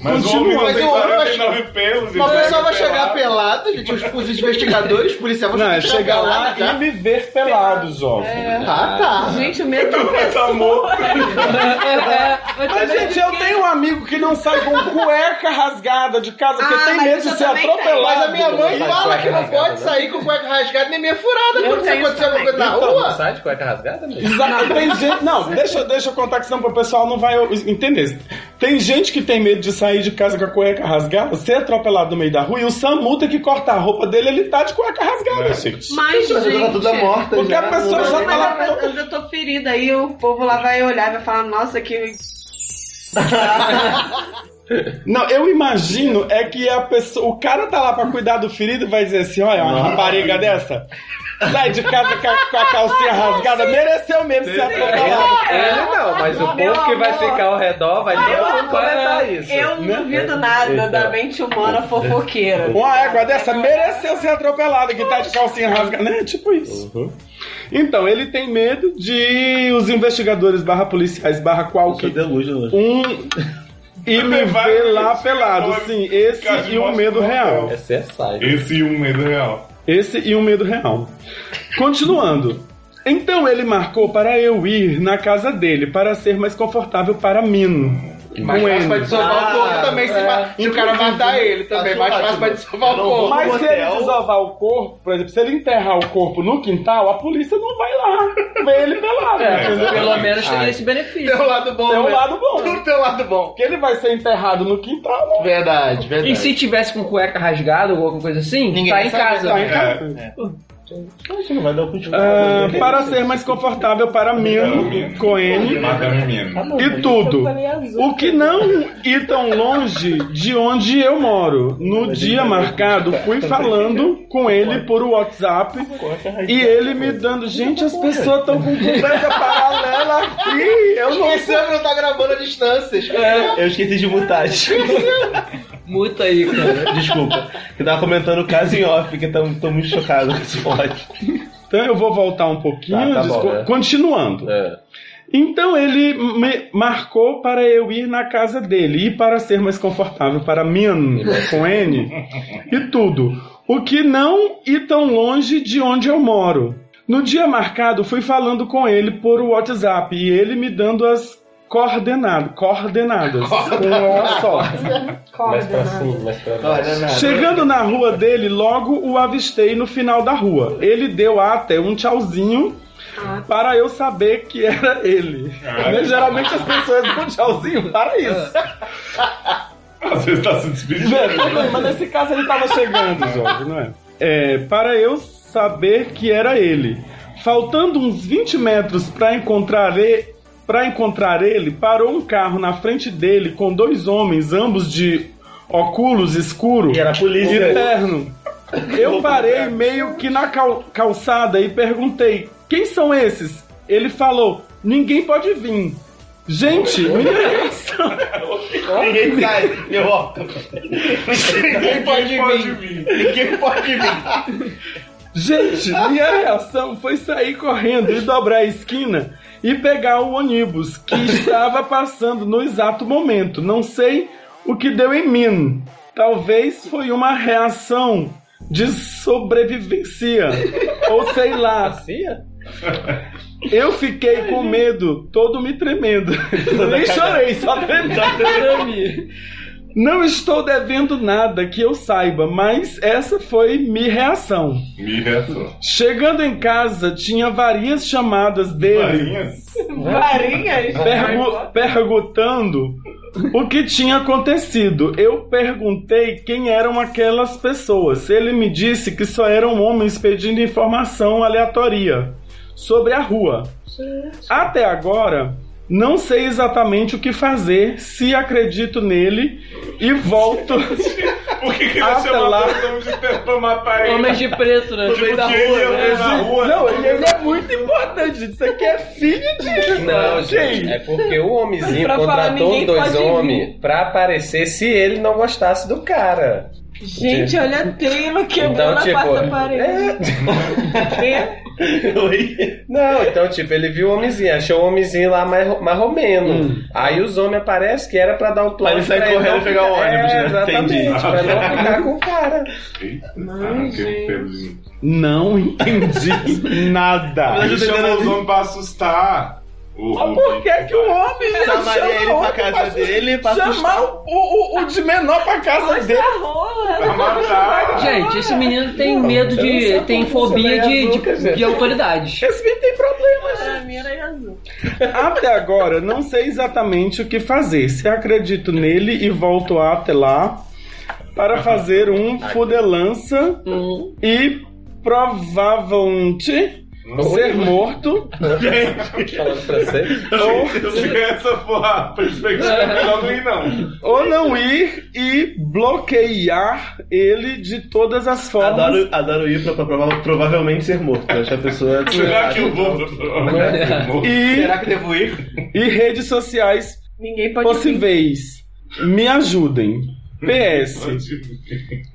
Speaker 3: Mas o homem
Speaker 1: Continua.
Speaker 3: não tem
Speaker 2: Mas o homem vai-
Speaker 3: 49 pelos.
Speaker 2: Uma
Speaker 3: então
Speaker 2: pessoa
Speaker 3: é
Speaker 2: vai
Speaker 3: pelado.
Speaker 2: chegar pelado, gente, os, os investigadores, os policiais vão
Speaker 1: Não, é
Speaker 7: tá
Speaker 2: chegar
Speaker 1: chegar lá
Speaker 2: pelado, já.
Speaker 1: e me ver pelado, jovem.
Speaker 6: É,
Speaker 2: Ah, tá.
Speaker 7: Gente, o medo da
Speaker 3: Tá morto.
Speaker 5: É,
Speaker 7: tá
Speaker 1: Mas, gente, eu tenho um amigo que não sai com cueca rasgada de casa, porque
Speaker 7: Ah,
Speaker 1: tem
Speaker 7: mas
Speaker 1: medo
Speaker 7: isso
Speaker 1: de
Speaker 7: eu
Speaker 1: ser
Speaker 7: também
Speaker 1: atropelado.
Speaker 7: tenho.
Speaker 2: Mas a minha mãe
Speaker 8: Vai
Speaker 2: fala
Speaker 8: cueca
Speaker 2: que não
Speaker 8: rasgada,
Speaker 2: pode
Speaker 8: né?
Speaker 2: sair com cueca rasgada nem meia furada
Speaker 7: Eu
Speaker 2: quando
Speaker 7: tenho
Speaker 2: acontecer alguma coisa na
Speaker 8: Então, não
Speaker 2: rua.
Speaker 8: sai de cueca rasgada mesmo?
Speaker 1: Exato, tem gente. Não, deixa, deixa eu contar que senão o pessoal não vai entender. Tem gente que tem medo de sair de casa com a cueca rasgada, ser atropelado no meio da rua e o Samu tem que cortar a roupa dele, ele tá de cueca
Speaker 3: É.
Speaker 1: rasgada, gente.
Speaker 7: Mas,
Speaker 6: Tá
Speaker 7: é gente.
Speaker 6: toda morta
Speaker 1: Porque
Speaker 6: já.
Speaker 1: a pessoa já tá
Speaker 7: Mas
Speaker 1: lá.
Speaker 7: eu, eu já tô ferida aí, o povo lá vai olhar e vai falar, nossa, que.
Speaker 1: Não, eu imagino é que a pessoa, o cara tá lá pra cuidar do ferido e vai dizer assim: olha, uma rapariga dessa. Sai de casa com a, com a calcinha rasgada, mereceu mesmo ser atropelado.
Speaker 8: Ele não, mas o
Speaker 7: Meu
Speaker 8: povo que vai
Speaker 7: amor.
Speaker 8: ficar ao redor vai todo mundo comentar isso.
Speaker 7: Eu não
Speaker 6: Né?
Speaker 7: duvido nada da mente humana fofoqueira.
Speaker 1: Uma égua dessa mereceu ser atropelada, que tá de calcinha rasgada, né? Tipo isso. Então, ele tem medo de os investigadores barra policiais barra
Speaker 6: Que né?
Speaker 1: qualquer
Speaker 6: delúgio,
Speaker 1: um e me
Speaker 3: Vai,
Speaker 1: ver lá
Speaker 3: gente,
Speaker 1: pelado.
Speaker 3: vai.
Speaker 1: Sim, esse
Speaker 3: Cara,
Speaker 1: e o
Speaker 3: mostra
Speaker 1: medo
Speaker 3: o
Speaker 1: real.
Speaker 8: Esse é sai.
Speaker 3: Esse e um medo real.
Speaker 1: Esse e o medo real. Continuando. Então ele marcou para eu ir na casa dele para ser mais confortável para mim.
Speaker 2: Mais
Speaker 1: Com
Speaker 2: fácil
Speaker 1: N.
Speaker 2: pra dissolvar
Speaker 6: Ah,
Speaker 2: o corpo também se, ma-
Speaker 6: tipo
Speaker 2: se o cara matar ele também.
Speaker 6: Acho
Speaker 2: Mais fácil
Speaker 6: ótimo.
Speaker 2: pra dissolvar o
Speaker 6: Não é vou
Speaker 2: corpo.
Speaker 1: Mas se ele
Speaker 6: hotel.
Speaker 1: desovar o corpo, por exemplo, se ele enterrar o corpo no quintal, a polícia não vai lá ver ele pelado. entendeu?
Speaker 5: É, Pelo menos teria esse
Speaker 2: Tem
Speaker 5: benefício.
Speaker 2: um lado bom,
Speaker 1: Tem um
Speaker 2: né?
Speaker 1: lado bom.
Speaker 2: Tudo tem um lado bom.
Speaker 1: Porque ele vai ser enterrado no quintal, né?
Speaker 2: Verdade, verdade.
Speaker 5: E se tivesse com cueca rasgada ou alguma coisa assim,
Speaker 2: Ninguém
Speaker 5: tá em
Speaker 2: sabe,
Speaker 5: casa.
Speaker 1: Tá em
Speaker 3: É.
Speaker 1: casa.
Speaker 6: Você não vai dar o cu de
Speaker 1: Ah, para ser mais confortável para mim, com N,
Speaker 3: Mata menino.
Speaker 1: e tudo. O que não ir tão longe de onde eu moro. No dia marcado, fui falando com ele por WhatsApp e ele me dando. Gente, as pessoas estão com conversa paralela aqui. Eu não
Speaker 2: Esse homem não tá gravando a distâncias.
Speaker 6: Eu esqueci de mutar.
Speaker 5: Muta aí, cara.
Speaker 6: Desculpa. Eu tava comentando o caso em off, porque tô, tô muito chocado com esse plot.
Speaker 1: Então eu vou voltar um pouquinho.
Speaker 6: Tá, tá bom,
Speaker 1: desco-
Speaker 6: né?
Speaker 1: Continuando.
Speaker 8: É.
Speaker 1: Então ele me marcou para eu ir na casa dele e para ser mais confortável para mim, com N, e tudo. O que não ir tão longe de onde eu moro. No dia marcado, fui falando com ele por WhatsApp e ele me dando as coordenadas. Coordenadas. Com a só.
Speaker 8: Mais pra cima, mais pra
Speaker 6: é
Speaker 8: baixo.
Speaker 1: Chegando na rua dele, logo o avistei no final da rua. Ele deu até um tchauzinho para eu saber que era ele.
Speaker 3: Ah.
Speaker 1: Né, Geralmente as pessoas dão um tchauzinho para isso.
Speaker 3: Às vezes tá se despedindo.
Speaker 1: Não, tudo bem, Né, mas nesse caso ele tava chegando, Jorge, não é? É, Para eu saber que era ele. Faltando uns 20 metros para encontrar ele. Para encontrar ele, parou um carro na frente dele com dois homens, ambos de óculos escuro e, era
Speaker 6: polícia.
Speaker 1: terno. Eu parei meio que na cal- calçada e perguntei: quem são esses? Ele falou: ninguém pode vir. Gente, minha reação.
Speaker 6: Ninguém sai, meu óculos.
Speaker 1: Ninguém pode, vir. Ninguém pode vir. Gente, minha reação foi sair correndo e dobrar a esquina e pegar o ônibus que estava passando no exato momento. Não sei o que deu em mim. Talvez foi uma reação de sobrevivência. Ou sei lá. Eu fiquei com medo, todo me tremendo. Nem chorei, só tremi.
Speaker 5: Só tremi.
Speaker 1: Não estou devendo nada que eu saiba, mas essa foi minha reação.
Speaker 3: Me reação.
Speaker 1: Chegando em casa, tinha várias chamadas dele.
Speaker 3: Varinhas?
Speaker 7: Varinhas?
Speaker 1: Pergu- perguntando o que tinha acontecido. Eu perguntei quem eram aquelas pessoas. Ele me disse que só eram homens pedindo informação aleatória sobre a rua. Até agora, não sei exatamente o que fazer, se acredito nele e volto.
Speaker 3: Por que, que ele
Speaker 1: Até
Speaker 3: chamou
Speaker 1: lá.
Speaker 3: os homens de preto pra matar ele?
Speaker 5: Homens de preto, né?
Speaker 3: Tipo, que
Speaker 1: é
Speaker 3: ele ia ver na rua.
Speaker 1: Não, ele ele é muito importante. Isso aqui é filho de.
Speaker 8: Não, gente, é porque o homenzinho contratou os dois homens pra aparecer se ele não gostasse do cara.
Speaker 7: Gente, olha a tela quebrando
Speaker 8: Então, tipo,
Speaker 7: a quarta parede.
Speaker 1: É.
Speaker 8: Oi? Não, então, tipo, ele viu o homenzinho, achou o homenzinho lá mais, mais ou menos. Aí os homens aparecem que era pra dar o plano.
Speaker 6: ele sair
Speaker 8: pra não
Speaker 6: correndo e pegar o
Speaker 8: ficar-
Speaker 6: ônibus,
Speaker 8: é,
Speaker 6: né?
Speaker 8: Exatamente,
Speaker 6: Entendi.
Speaker 8: pra não ficar com o cara.
Speaker 3: Ah, que pelinho.
Speaker 1: Não entendi nada.
Speaker 3: Ele chamou os homens é um pra assustar. O
Speaker 1: Mas por que que o homem né,
Speaker 6: Chamaria
Speaker 1: chama
Speaker 6: ele
Speaker 1: o
Speaker 6: pra
Speaker 1: outro
Speaker 6: casa
Speaker 1: assustar-
Speaker 6: dele pra
Speaker 1: chamar
Speaker 6: assustar.
Speaker 1: o, o, o de menor pra casa dele? Tá
Speaker 7: Rola.
Speaker 5: Gente, esse menino tem medo de. tem fobia de, de, de autoridades.
Speaker 1: Esse menino tem problema,
Speaker 7: gente. mira é azul.
Speaker 1: Até agora, não sei exatamente o que fazer. Se acredito nele e volto até lá para fazer um fudelança e provavelmente ser morto.
Speaker 8: Falando francês.
Speaker 1: Ou-
Speaker 3: Se essa for a perspectiva, é melhor não ir, não.
Speaker 1: Ou não ir e bloquear ele de todas as formas.
Speaker 6: Adoro, adoro ir pra, pra prova- provavelmente ser morto. Eu Acho que a pessoa.
Speaker 3: Será que eu vou?
Speaker 1: É.
Speaker 3: vou-
Speaker 1: E-
Speaker 6: Será que devo ir?
Speaker 1: E redes sociais
Speaker 7: Ninguém pode
Speaker 1: possíveis. Me ajudem. PS.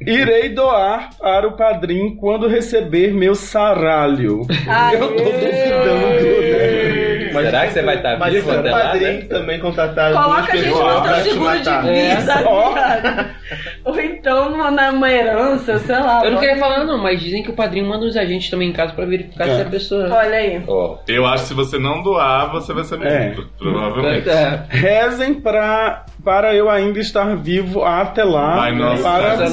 Speaker 1: Irei doar para o padrinho quando receber meu saralho.
Speaker 7: Aê!
Speaker 1: Eu tô duvidando. né?
Speaker 8: Será que você vai estar
Speaker 6: Mas
Speaker 8: vivo
Speaker 6: foi o
Speaker 8: até lá?
Speaker 6: padrinho
Speaker 8: Né?
Speaker 6: que também contratado.
Speaker 7: Coloca a gente no seu seguro
Speaker 3: É.
Speaker 7: de vida, viado. Ou então numa- numa herança, sei lá.
Speaker 5: Eu não
Speaker 7: mano.
Speaker 5: queria falar, não, mas dizem que o padrinho manda os agentes também em casa pra verificar
Speaker 3: É.
Speaker 5: se a pessoa.
Speaker 7: Olha aí.
Speaker 3: Eu acho que se você não doar, você vai ser
Speaker 1: É.
Speaker 3: morto. Provavelmente.
Speaker 1: Rezem pra, para eu ainda estar vivo até lá.
Speaker 3: Ai, nossa,
Speaker 1: para
Speaker 3: Deus,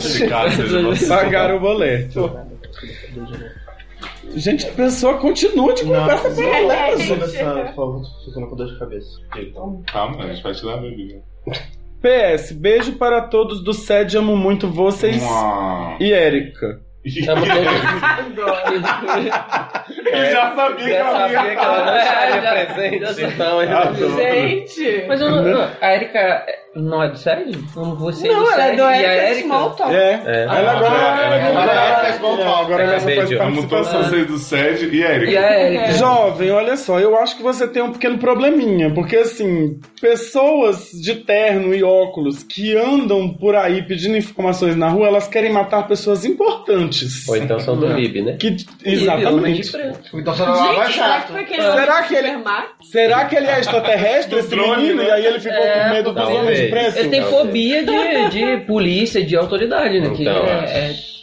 Speaker 3: santificado seja vosso nome.
Speaker 1: pagar o boleto. Gente, a pessoa continua de conversa com ela, gente.
Speaker 6: Ficando com dor de cabeça.
Speaker 3: Calma, a gente vai te dar a bebida.
Speaker 1: PS, beijo para todos do SED, amo muito vocês
Speaker 3: Uau.
Speaker 1: e Érica.
Speaker 5: tá
Speaker 3: Eu já sabia que
Speaker 8: Já
Speaker 3: ela
Speaker 8: sabia
Speaker 3: ia
Speaker 8: que ela não
Speaker 3: falar.
Speaker 8: estaria
Speaker 5: já-
Speaker 8: presente. Então, ele-
Speaker 7: Gente.
Speaker 5: Mas eu não, não, a Erika não é do SED? Não, você é
Speaker 7: Não,
Speaker 5: do
Speaker 7: ela é
Speaker 5: SED
Speaker 7: do
Speaker 5: e a
Speaker 7: Eric
Speaker 5: Erika.
Speaker 7: Small Talk.
Speaker 1: É, ela agora.
Speaker 3: Ela- ela-
Speaker 1: agora-
Speaker 3: ela- vamos
Speaker 1: É, agora
Speaker 3: voltar.
Speaker 1: essa foi a
Speaker 3: Beijo. Vamos todos
Speaker 1: participação.
Speaker 3: vocês do Sede e Erika.
Speaker 1: Jovem, olha só, eu acho que você tem um pequeno probleminha, porque assim, pessoas de terno e óculos que andam por aí pedindo informações na rua, elas querem matar pessoas importantes.
Speaker 8: Ou então são do Lib, né?
Speaker 1: Que, exatamente.
Speaker 2: Então
Speaker 7: Gente, será que foi aquele
Speaker 1: Ah, Será
Speaker 7: homem
Speaker 1: que ele-
Speaker 7: do Supermax?
Speaker 1: Será que ele é extraterrestre,
Speaker 7: Do
Speaker 1: esse
Speaker 7: drone,
Speaker 1: menino?
Speaker 7: né?
Speaker 1: E aí ele ficou com medo dos homens de preto?
Speaker 5: Ele tem
Speaker 3: assim,
Speaker 5: fobia de, de polícia, de autoridade, né? Que
Speaker 3: Então,
Speaker 5: é- é-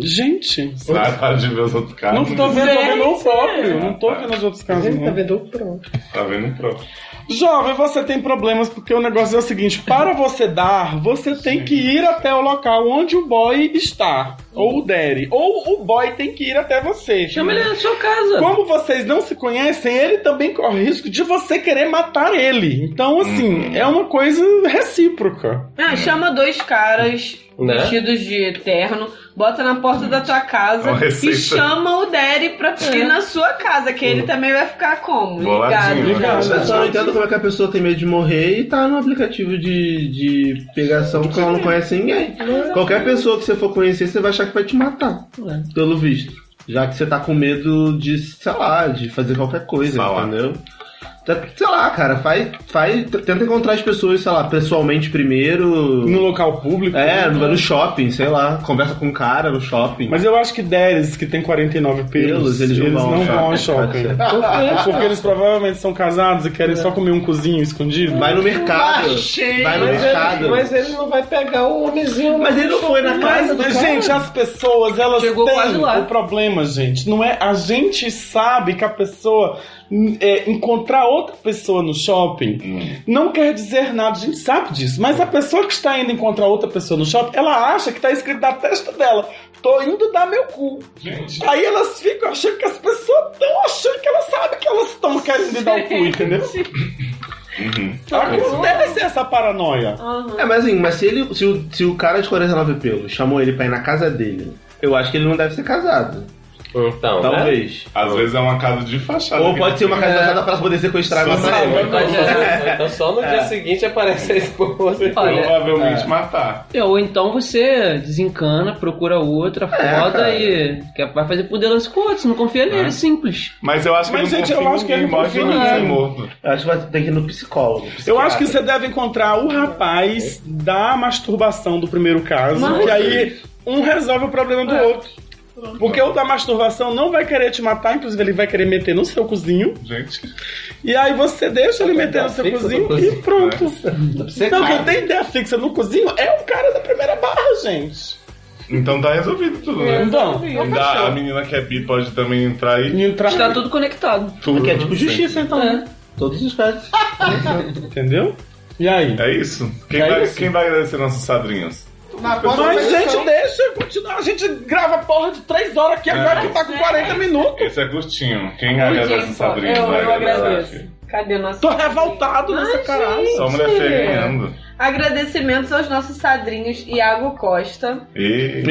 Speaker 1: Gente.
Speaker 3: Ah, para de ver os outros
Speaker 1: Não
Speaker 3: caras.
Speaker 1: tô vendo, tô vendo o próprio. Não tô vendo os outros casos. não.
Speaker 3: Tá vendo o próprio.
Speaker 1: Jovem, você tem problemas porque o negócio é o seguinte: para você dar, você tem que ir até o local onde o boy está, ou o Derry, ou o boy tem que ir até você.
Speaker 5: Chama ele na sua casa.
Speaker 1: Como vocês não se conhecem, ele também corre risco de você querer matar ele. Então,
Speaker 6: Uhum.
Speaker 1: assim, é uma coisa recíproca.
Speaker 7: Ah, chama dois caras
Speaker 1: Né?
Speaker 7: vestidos de terno, bota na porta da tua casa
Speaker 1: É uma
Speaker 7: e
Speaker 1: receita. Hum.
Speaker 7: chama o Derry pra
Speaker 5: É.
Speaker 7: ir na sua casa, que ele também vai ficar como? Ligado.
Speaker 3: né?
Speaker 6: Eu só não entendo como é que a pessoa tem medo de morrer e tá no aplicativo de, de pegação que ela não conhece ninguém. Qualquer pessoa que você for conhecer, você vai achar que vai te matar, né? pelo visto. Já que você tá com medo de, sei lá, de fazer qualquer coisa, entendeu? Tá- Sei lá, cara, faz, faz, tenta encontrar as pessoas, sei lá, pessoalmente primeiro.
Speaker 1: No local público? né?
Speaker 6: É, no, no shopping, sei lá. Conversa com um cara no shopping.
Speaker 1: Mas eu acho que Deres, que tem 49 pelos,
Speaker 6: Pelos, eles não vão ao
Speaker 1: ao
Speaker 6: shopping.
Speaker 1: shopping.
Speaker 6: Por quê?
Speaker 1: Porque eles provavelmente são casados e querem só comer um cozinho escondido.
Speaker 6: Vai no mercado. Vai no
Speaker 8: mas
Speaker 6: mercado.
Speaker 8: Ele, mas ele não vai pegar o homenzinho. né?
Speaker 6: Mas ele não foi na casa do cara.
Speaker 1: Gente, as pessoas, elas
Speaker 8: quase
Speaker 1: têm
Speaker 8: lá.
Speaker 1: o problema, gente. Não é... A gente sabe que a pessoa... hum, é, encontrar outra pessoa no shopping não quer dizer nada, a gente sabe disso. Mas a pessoa que está indo encontrar outra pessoa no shopping, ela acha que está escrito na testa dela: tô indo dar meu cu. Aí elas ficam achando que as pessoas estão achando que elas sabem que elas estão querendo dar o cu, entendeu?
Speaker 6: Tá
Speaker 1: Acontece essa paranoia.
Speaker 6: É, mas assim, mas se, ele, se, o, se o cara de 49 pelos chamou ele pra ir na casa dele, eu acho que ele não deve ser casado.
Speaker 8: Então,
Speaker 6: Talvez.
Speaker 3: Às vezes é uma casa de fachada.
Speaker 6: Ou
Speaker 3: que
Speaker 6: pode
Speaker 3: ele
Speaker 6: ser uma casa
Speaker 3: tem.
Speaker 6: de fachada pra poder sequestrar a parede.
Speaker 8: Então só no
Speaker 1: É.
Speaker 8: dia seguinte aparece a esposa.
Speaker 5: Olha,
Speaker 3: Provavelmente
Speaker 5: é.
Speaker 3: matar.
Speaker 5: É, Ou então você desencana, procura outra, foda
Speaker 3: É, cara. Ah.
Speaker 5: e quer- vai fazer por delance com outro, você não confia nele, é simples.
Speaker 3: Mas eu acho
Speaker 1: que Mas, ele não gente, eu confia acho que em ele ninguém, não morre confia em ninguém ninguém.
Speaker 3: morto.
Speaker 6: Eu acho que vai ter que ir no psicólogo.
Speaker 1: Eu acho que você deve encontrar o rapaz da masturbação do primeiro caso,
Speaker 6: Mas-
Speaker 1: que aí um resolve o problema
Speaker 5: É.
Speaker 1: do outro. Porque o da masturbação não vai querer te matar, inclusive ele vai querer meter no seu cozinho.
Speaker 3: Gente.
Speaker 1: E aí você deixa ele meter no seu
Speaker 3: fixa
Speaker 1: cozinho
Speaker 3: no
Speaker 1: e
Speaker 3: cozinho.
Speaker 1: pronto.
Speaker 3: obcecado.
Speaker 6: É.
Speaker 1: Não, quem tem ideia fixa no cozinho é o cara da primeira barra, gente.
Speaker 3: Então tá resolvido tudo,
Speaker 1: É,
Speaker 3: né?
Speaker 1: Então,
Speaker 3: Ainda
Speaker 1: fechou.
Speaker 3: a menina que é bi pode também entrar e.
Speaker 5: Está tá tudo conectado.
Speaker 3: Tudo.
Speaker 6: Que é tipo justiça, então.
Speaker 5: É.
Speaker 6: né? Todos os casos.
Speaker 1: Entendeu? E aí?
Speaker 3: É isso. Quem,
Speaker 1: É
Speaker 3: vai,
Speaker 1: isso?
Speaker 3: quem vai agradecer nossos sadrinhos?
Speaker 1: Mas,
Speaker 8: então-
Speaker 1: gente, deixa eu continuar. A gente grava a porra de três horas aqui agora
Speaker 3: É.
Speaker 1: que tá com 40 minutos.
Speaker 3: Esse é curtinho. Quem
Speaker 7: Ai,
Speaker 3: agradece
Speaker 7: gente,
Speaker 3: os sadrinhos
Speaker 7: eu-
Speaker 3: vai
Speaker 7: eu
Speaker 3: agradecer.
Speaker 7: agradeço.
Speaker 1: né?
Speaker 7: Cadê nosso?
Speaker 1: Tô revoltado
Speaker 7: nessa caralho.
Speaker 3: Só mulher feia ganhando.
Speaker 7: Agradecimentos aos nossos sadrinhos Iago Costa,
Speaker 3: E...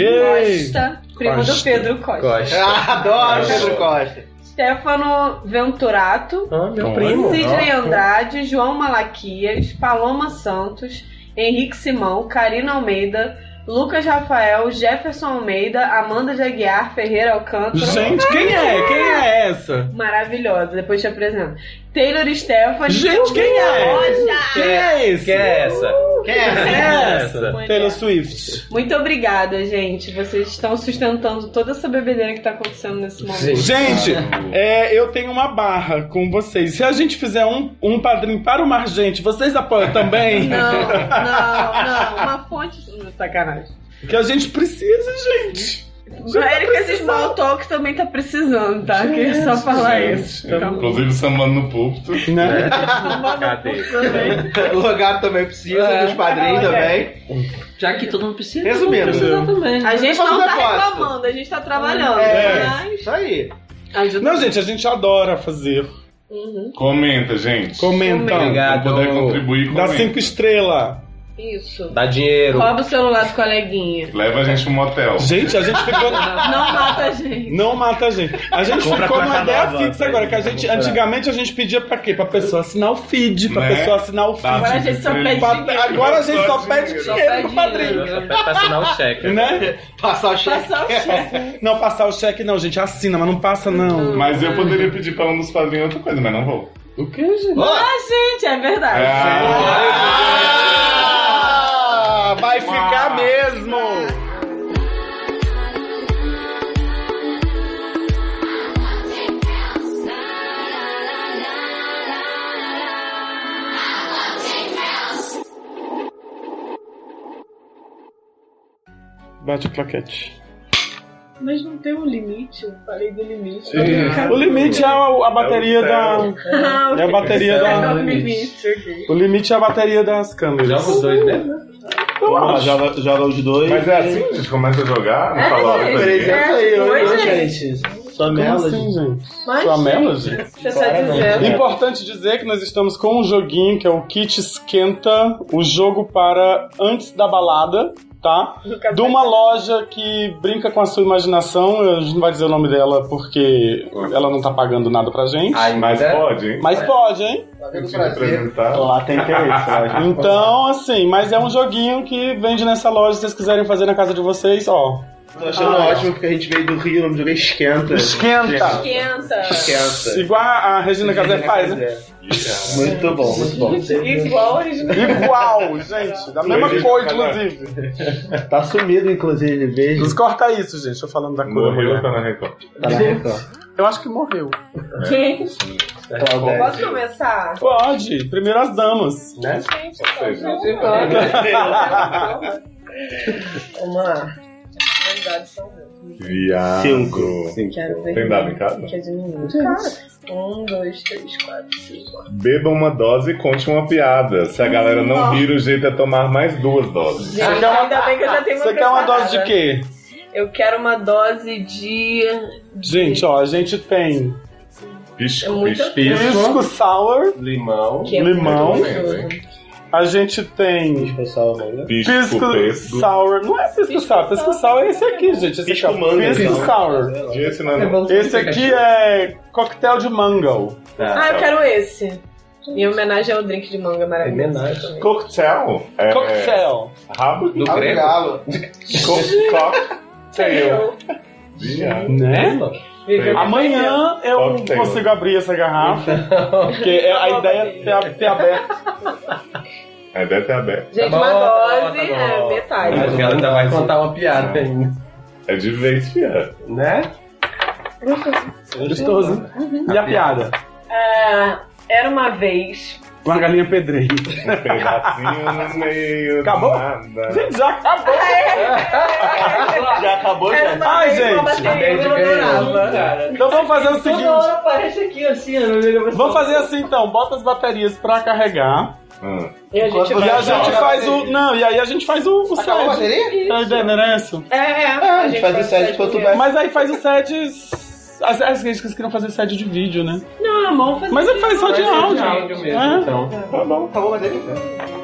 Speaker 5: tá
Speaker 7: Costa, primo do
Speaker 3: Costa.
Speaker 7: Pedro Costa.
Speaker 8: Costa.
Speaker 2: Ah, adoro
Speaker 8: Costa.
Speaker 2: Pedro Costa.
Speaker 7: Stefano Venturato,
Speaker 8: meu primo.
Speaker 7: Sidney
Speaker 8: Ó.
Speaker 7: Andrade, João Malaquias, Paloma Santos, Henrique Simão, Karina Almeida, Lucas Rafael, Jefferson Almeida, Amanda de Aguiar, Ferreira Alcântara.
Speaker 1: Gente, quem é? Quem é essa?
Speaker 7: Maravilhosa, depois te apresento. Taylor Stephanie.
Speaker 1: Gente, quem é? Quem é esse?
Speaker 8: Quem é essa?
Speaker 7: Quem
Speaker 1: Quem
Speaker 7: é
Speaker 1: é essa?
Speaker 7: Mulher.
Speaker 1: Taylor Swift.
Speaker 7: Muito obrigada, gente. Vocês estão sustentando toda essa bebedeira que tá acontecendo nesse momento.
Speaker 1: Gente, é, eu tenho uma barra com vocês. Se a gente fizer um, um padrinho para o Margente, vocês apoiam também?
Speaker 7: Não, não, não. Uma fonte. Sacanagem.
Speaker 1: Que a gente precisa, gente.
Speaker 7: Já era que esse small talk também tá precisando, tá? Queria só falar isso.
Speaker 3: tá
Speaker 7: Tá
Speaker 3: Inclusive sambando no púlpito.
Speaker 1: é Então, Né?
Speaker 8: Cadê?
Speaker 2: O lugar também precisa, dos padrinhos também.
Speaker 5: Já que todo mundo precisa.
Speaker 2: Resumindo.
Speaker 5: todo mundo precisa também.
Speaker 7: A gente
Speaker 2: Faz um
Speaker 7: não tá
Speaker 2: depósito.
Speaker 7: reclamando, a gente tá trabalhando. né?
Speaker 2: É.
Speaker 7: Mas...
Speaker 2: Isso aí.
Speaker 7: Ajuda.
Speaker 1: Não, gente, a gente adora fazer.
Speaker 7: Uhum.
Speaker 3: Comenta, gente.
Speaker 1: Comenta.
Speaker 3: Se puder contribuir,
Speaker 1: Dá
Speaker 3: comenta.
Speaker 1: cinco estrelas.
Speaker 7: Isso.
Speaker 8: Dá dinheiro.
Speaker 7: Rouba o celular do coleguinha.
Speaker 3: Leva a gente pra um motel.
Speaker 1: Gente, a gente ficou.
Speaker 7: Não mata a gente.
Speaker 1: Não mata a gente. A gente
Speaker 6: Compra
Speaker 1: ficou
Speaker 6: a
Speaker 1: numa
Speaker 6: placa
Speaker 1: ideia
Speaker 6: nova,
Speaker 1: fixa agora, que a gente,
Speaker 6: comprar.
Speaker 1: antigamente a gente pedia pra quê? Pra pessoa assinar o feed, pra
Speaker 6: Né?
Speaker 1: pessoa assinar o feed.
Speaker 6: Agora a gente só pede
Speaker 1: Pra-
Speaker 6: dinheiro.
Speaker 1: Agora a gente só
Speaker 6: Só
Speaker 1: pede
Speaker 6: dinheiro.
Speaker 1: dinheiro,
Speaker 6: Só
Speaker 1: pro padrinho.
Speaker 8: Só pede pra assinar o cheque.
Speaker 1: Né?
Speaker 2: Passar o cheque.
Speaker 1: Passar o cheque. Não, passar o cheque não, gente, assina, mas não passa não.
Speaker 3: Mas eu poderia pedir pra um dos padrinhos outra coisa, mas não vou.
Speaker 1: O que, gente?
Speaker 7: Ah, gente, é verdade.
Speaker 1: Ah, vai ficar mesmo! Bate o claquete.
Speaker 7: Mas não tem um limite? Eu falei do limite.
Speaker 1: O limite é a, a bateria da. É a bateria da.
Speaker 7: um
Speaker 1: O limite é a bateria das câmeras.
Speaker 8: Joga os dois, né?
Speaker 1: Então,
Speaker 6: joga, joga os dois.
Speaker 3: Mas é assim, a gente começa a jogar,
Speaker 1: É,
Speaker 3: não fala hora pra ninguém.
Speaker 6: gente. Só
Speaker 1: Como
Speaker 6: mela,
Speaker 1: assim, gente?
Speaker 7: Mas,
Speaker 1: Sua mela,
Speaker 7: gente,
Speaker 1: gente?
Speaker 7: você tá dizendo.
Speaker 1: Importante dizer que nós estamos com um joguinho que é o Kit Esquenta, o jogo para antes da balada, tá? De uma loja que brinca com a sua imaginação, a gente não vai dizer o nome dela porque ela não tá pagando nada pra gente.
Speaker 3: Mas pode, hein?
Speaker 1: Mas pode, hein?
Speaker 6: Lá tem interesse, lógico.
Speaker 1: Então, assim, mas é um joguinho que vende nessa loja, se vocês quiserem fazer na casa de vocês, ó.
Speaker 6: Tô achando
Speaker 1: Ah,
Speaker 6: ótimo porque a gente veio do Rio, o nome do jogo é Esquenta.
Speaker 1: Esquenta.
Speaker 7: Esquenta.
Speaker 6: Esquenta.
Speaker 1: Igual a Regina Casé faz, né?
Speaker 6: Muito bom, muito bom.
Speaker 7: Igual a
Speaker 1: Igual, gente. Da mesma cor, inclusive.
Speaker 6: Tá sumido, inclusive, beijo.
Speaker 1: Nos corta isso, gente. Eu falando da cor. da
Speaker 3: Morreu
Speaker 1: mulher.
Speaker 3: ou tá na Record?
Speaker 6: Tá na Record.
Speaker 1: Eu acho que morreu.
Speaker 7: Gente,
Speaker 6: Claudete.
Speaker 7: posso começar?
Speaker 1: Pode. Primeiro as damas.
Speaker 3: Né?
Speaker 7: Gente,
Speaker 1: Tá
Speaker 7: tá
Speaker 3: Ou
Speaker 7: não,
Speaker 3: seja,
Speaker 7: não,
Speaker 1: não.
Speaker 7: Vamos lá. Os dados são meus.
Speaker 3: Viado.
Speaker 6: Cinco.
Speaker 7: Quero ver.
Speaker 3: Tem dado em casa?
Speaker 7: Quer diminuir? Cara. Um, dois, três, quatro, cinco.
Speaker 3: Beba uma dose e conte uma piada. Se a galera não rir, o jeito é tomar mais duas doses.
Speaker 7: Gente, ainda Tá bem que eu já tenho uma
Speaker 1: Você quer uma dose de
Speaker 7: preparada.
Speaker 1: quê?
Speaker 7: Eu quero uma dose de.
Speaker 1: Gente, ó, a gente tem
Speaker 7: É
Speaker 3: Pisco,
Speaker 7: muita
Speaker 3: pisco,
Speaker 1: pisco sour,
Speaker 8: Limão.
Speaker 7: que é
Speaker 1: Limão.
Speaker 7: muito gostoso.
Speaker 1: a gente tem
Speaker 3: pisco,
Speaker 1: pisco
Speaker 3: pesco.
Speaker 1: sour. Não é pisco sour, pisco sour é esse aqui, gente. Esse aqui, ó,
Speaker 6: Pisco manga,
Speaker 1: pisco
Speaker 6: então.
Speaker 1: sour.
Speaker 3: Esse não é não.
Speaker 1: Esse aqui é coquetel de mango.
Speaker 7: Ah, eu quero esse. Em homenagem ao drink de manga maravilhoso.
Speaker 8: Homenagem.
Speaker 3: Cocktail. É
Speaker 1: Coquetel.
Speaker 3: Rabo de
Speaker 8: Do grego?
Speaker 2: Galo.
Speaker 3: coco.
Speaker 7: Eu.
Speaker 3: Viado.
Speaker 1: Né?
Speaker 3: Cocktail.
Speaker 1: Amanhã eu
Speaker 3: Cocktail.
Speaker 1: consigo abrir essa garrafa. Porque é- a ideia é ter, a- ter aberto.
Speaker 3: Aí É, deve ter aberto.
Speaker 7: Gente,
Speaker 8: Tá
Speaker 7: uma
Speaker 8: bom, tá bom,
Speaker 7: dose
Speaker 8: tá
Speaker 7: é
Speaker 8: bom.
Speaker 7: metade.
Speaker 8: Mas ela ainda vai contar uma piada ainda.
Speaker 3: É de vez, fiado.
Speaker 8: Né?
Speaker 1: Gostoso. E a piada?
Speaker 7: Ah, era uma vez.
Speaker 1: Com a galinha pedreira.
Speaker 3: Um pedacinho no meio.
Speaker 1: Acabou?
Speaker 3: do Nada.
Speaker 1: Gente, já acabou.
Speaker 6: Já acabou,
Speaker 7: Era
Speaker 6: já?
Speaker 7: uma
Speaker 1: Ai,
Speaker 7: vez uma
Speaker 1: gente.
Speaker 7: bateria eu adorava.
Speaker 1: Então vamos fazer o seguinte.
Speaker 5: aparece aqui assim, ó, no meio da pessoa.
Speaker 1: Vamos fazer assim então, bota as baterias pra carregar.
Speaker 3: Hum.
Speaker 7: E a
Speaker 1: E
Speaker 7: gente
Speaker 1: a
Speaker 7: vai.
Speaker 1: gente faz o. Não, e aí a gente faz o, o
Speaker 2: Acabou a
Speaker 1: set.
Speaker 2: bateria?
Speaker 1: Tá entendendo é isso?
Speaker 7: É, é,
Speaker 2: a gente Ah, faz o sede quanto
Speaker 7: mesmo.
Speaker 1: Mas aí faz o set. As, as críticas queriam fazer set de vídeo, né?
Speaker 7: Não, é bom fazer.
Speaker 1: Mas ele faz só de
Speaker 8: Vai ser
Speaker 1: áudio.
Speaker 8: de áudio mesmo,
Speaker 1: É.
Speaker 8: então.
Speaker 2: Tá bom, acabou a bateria.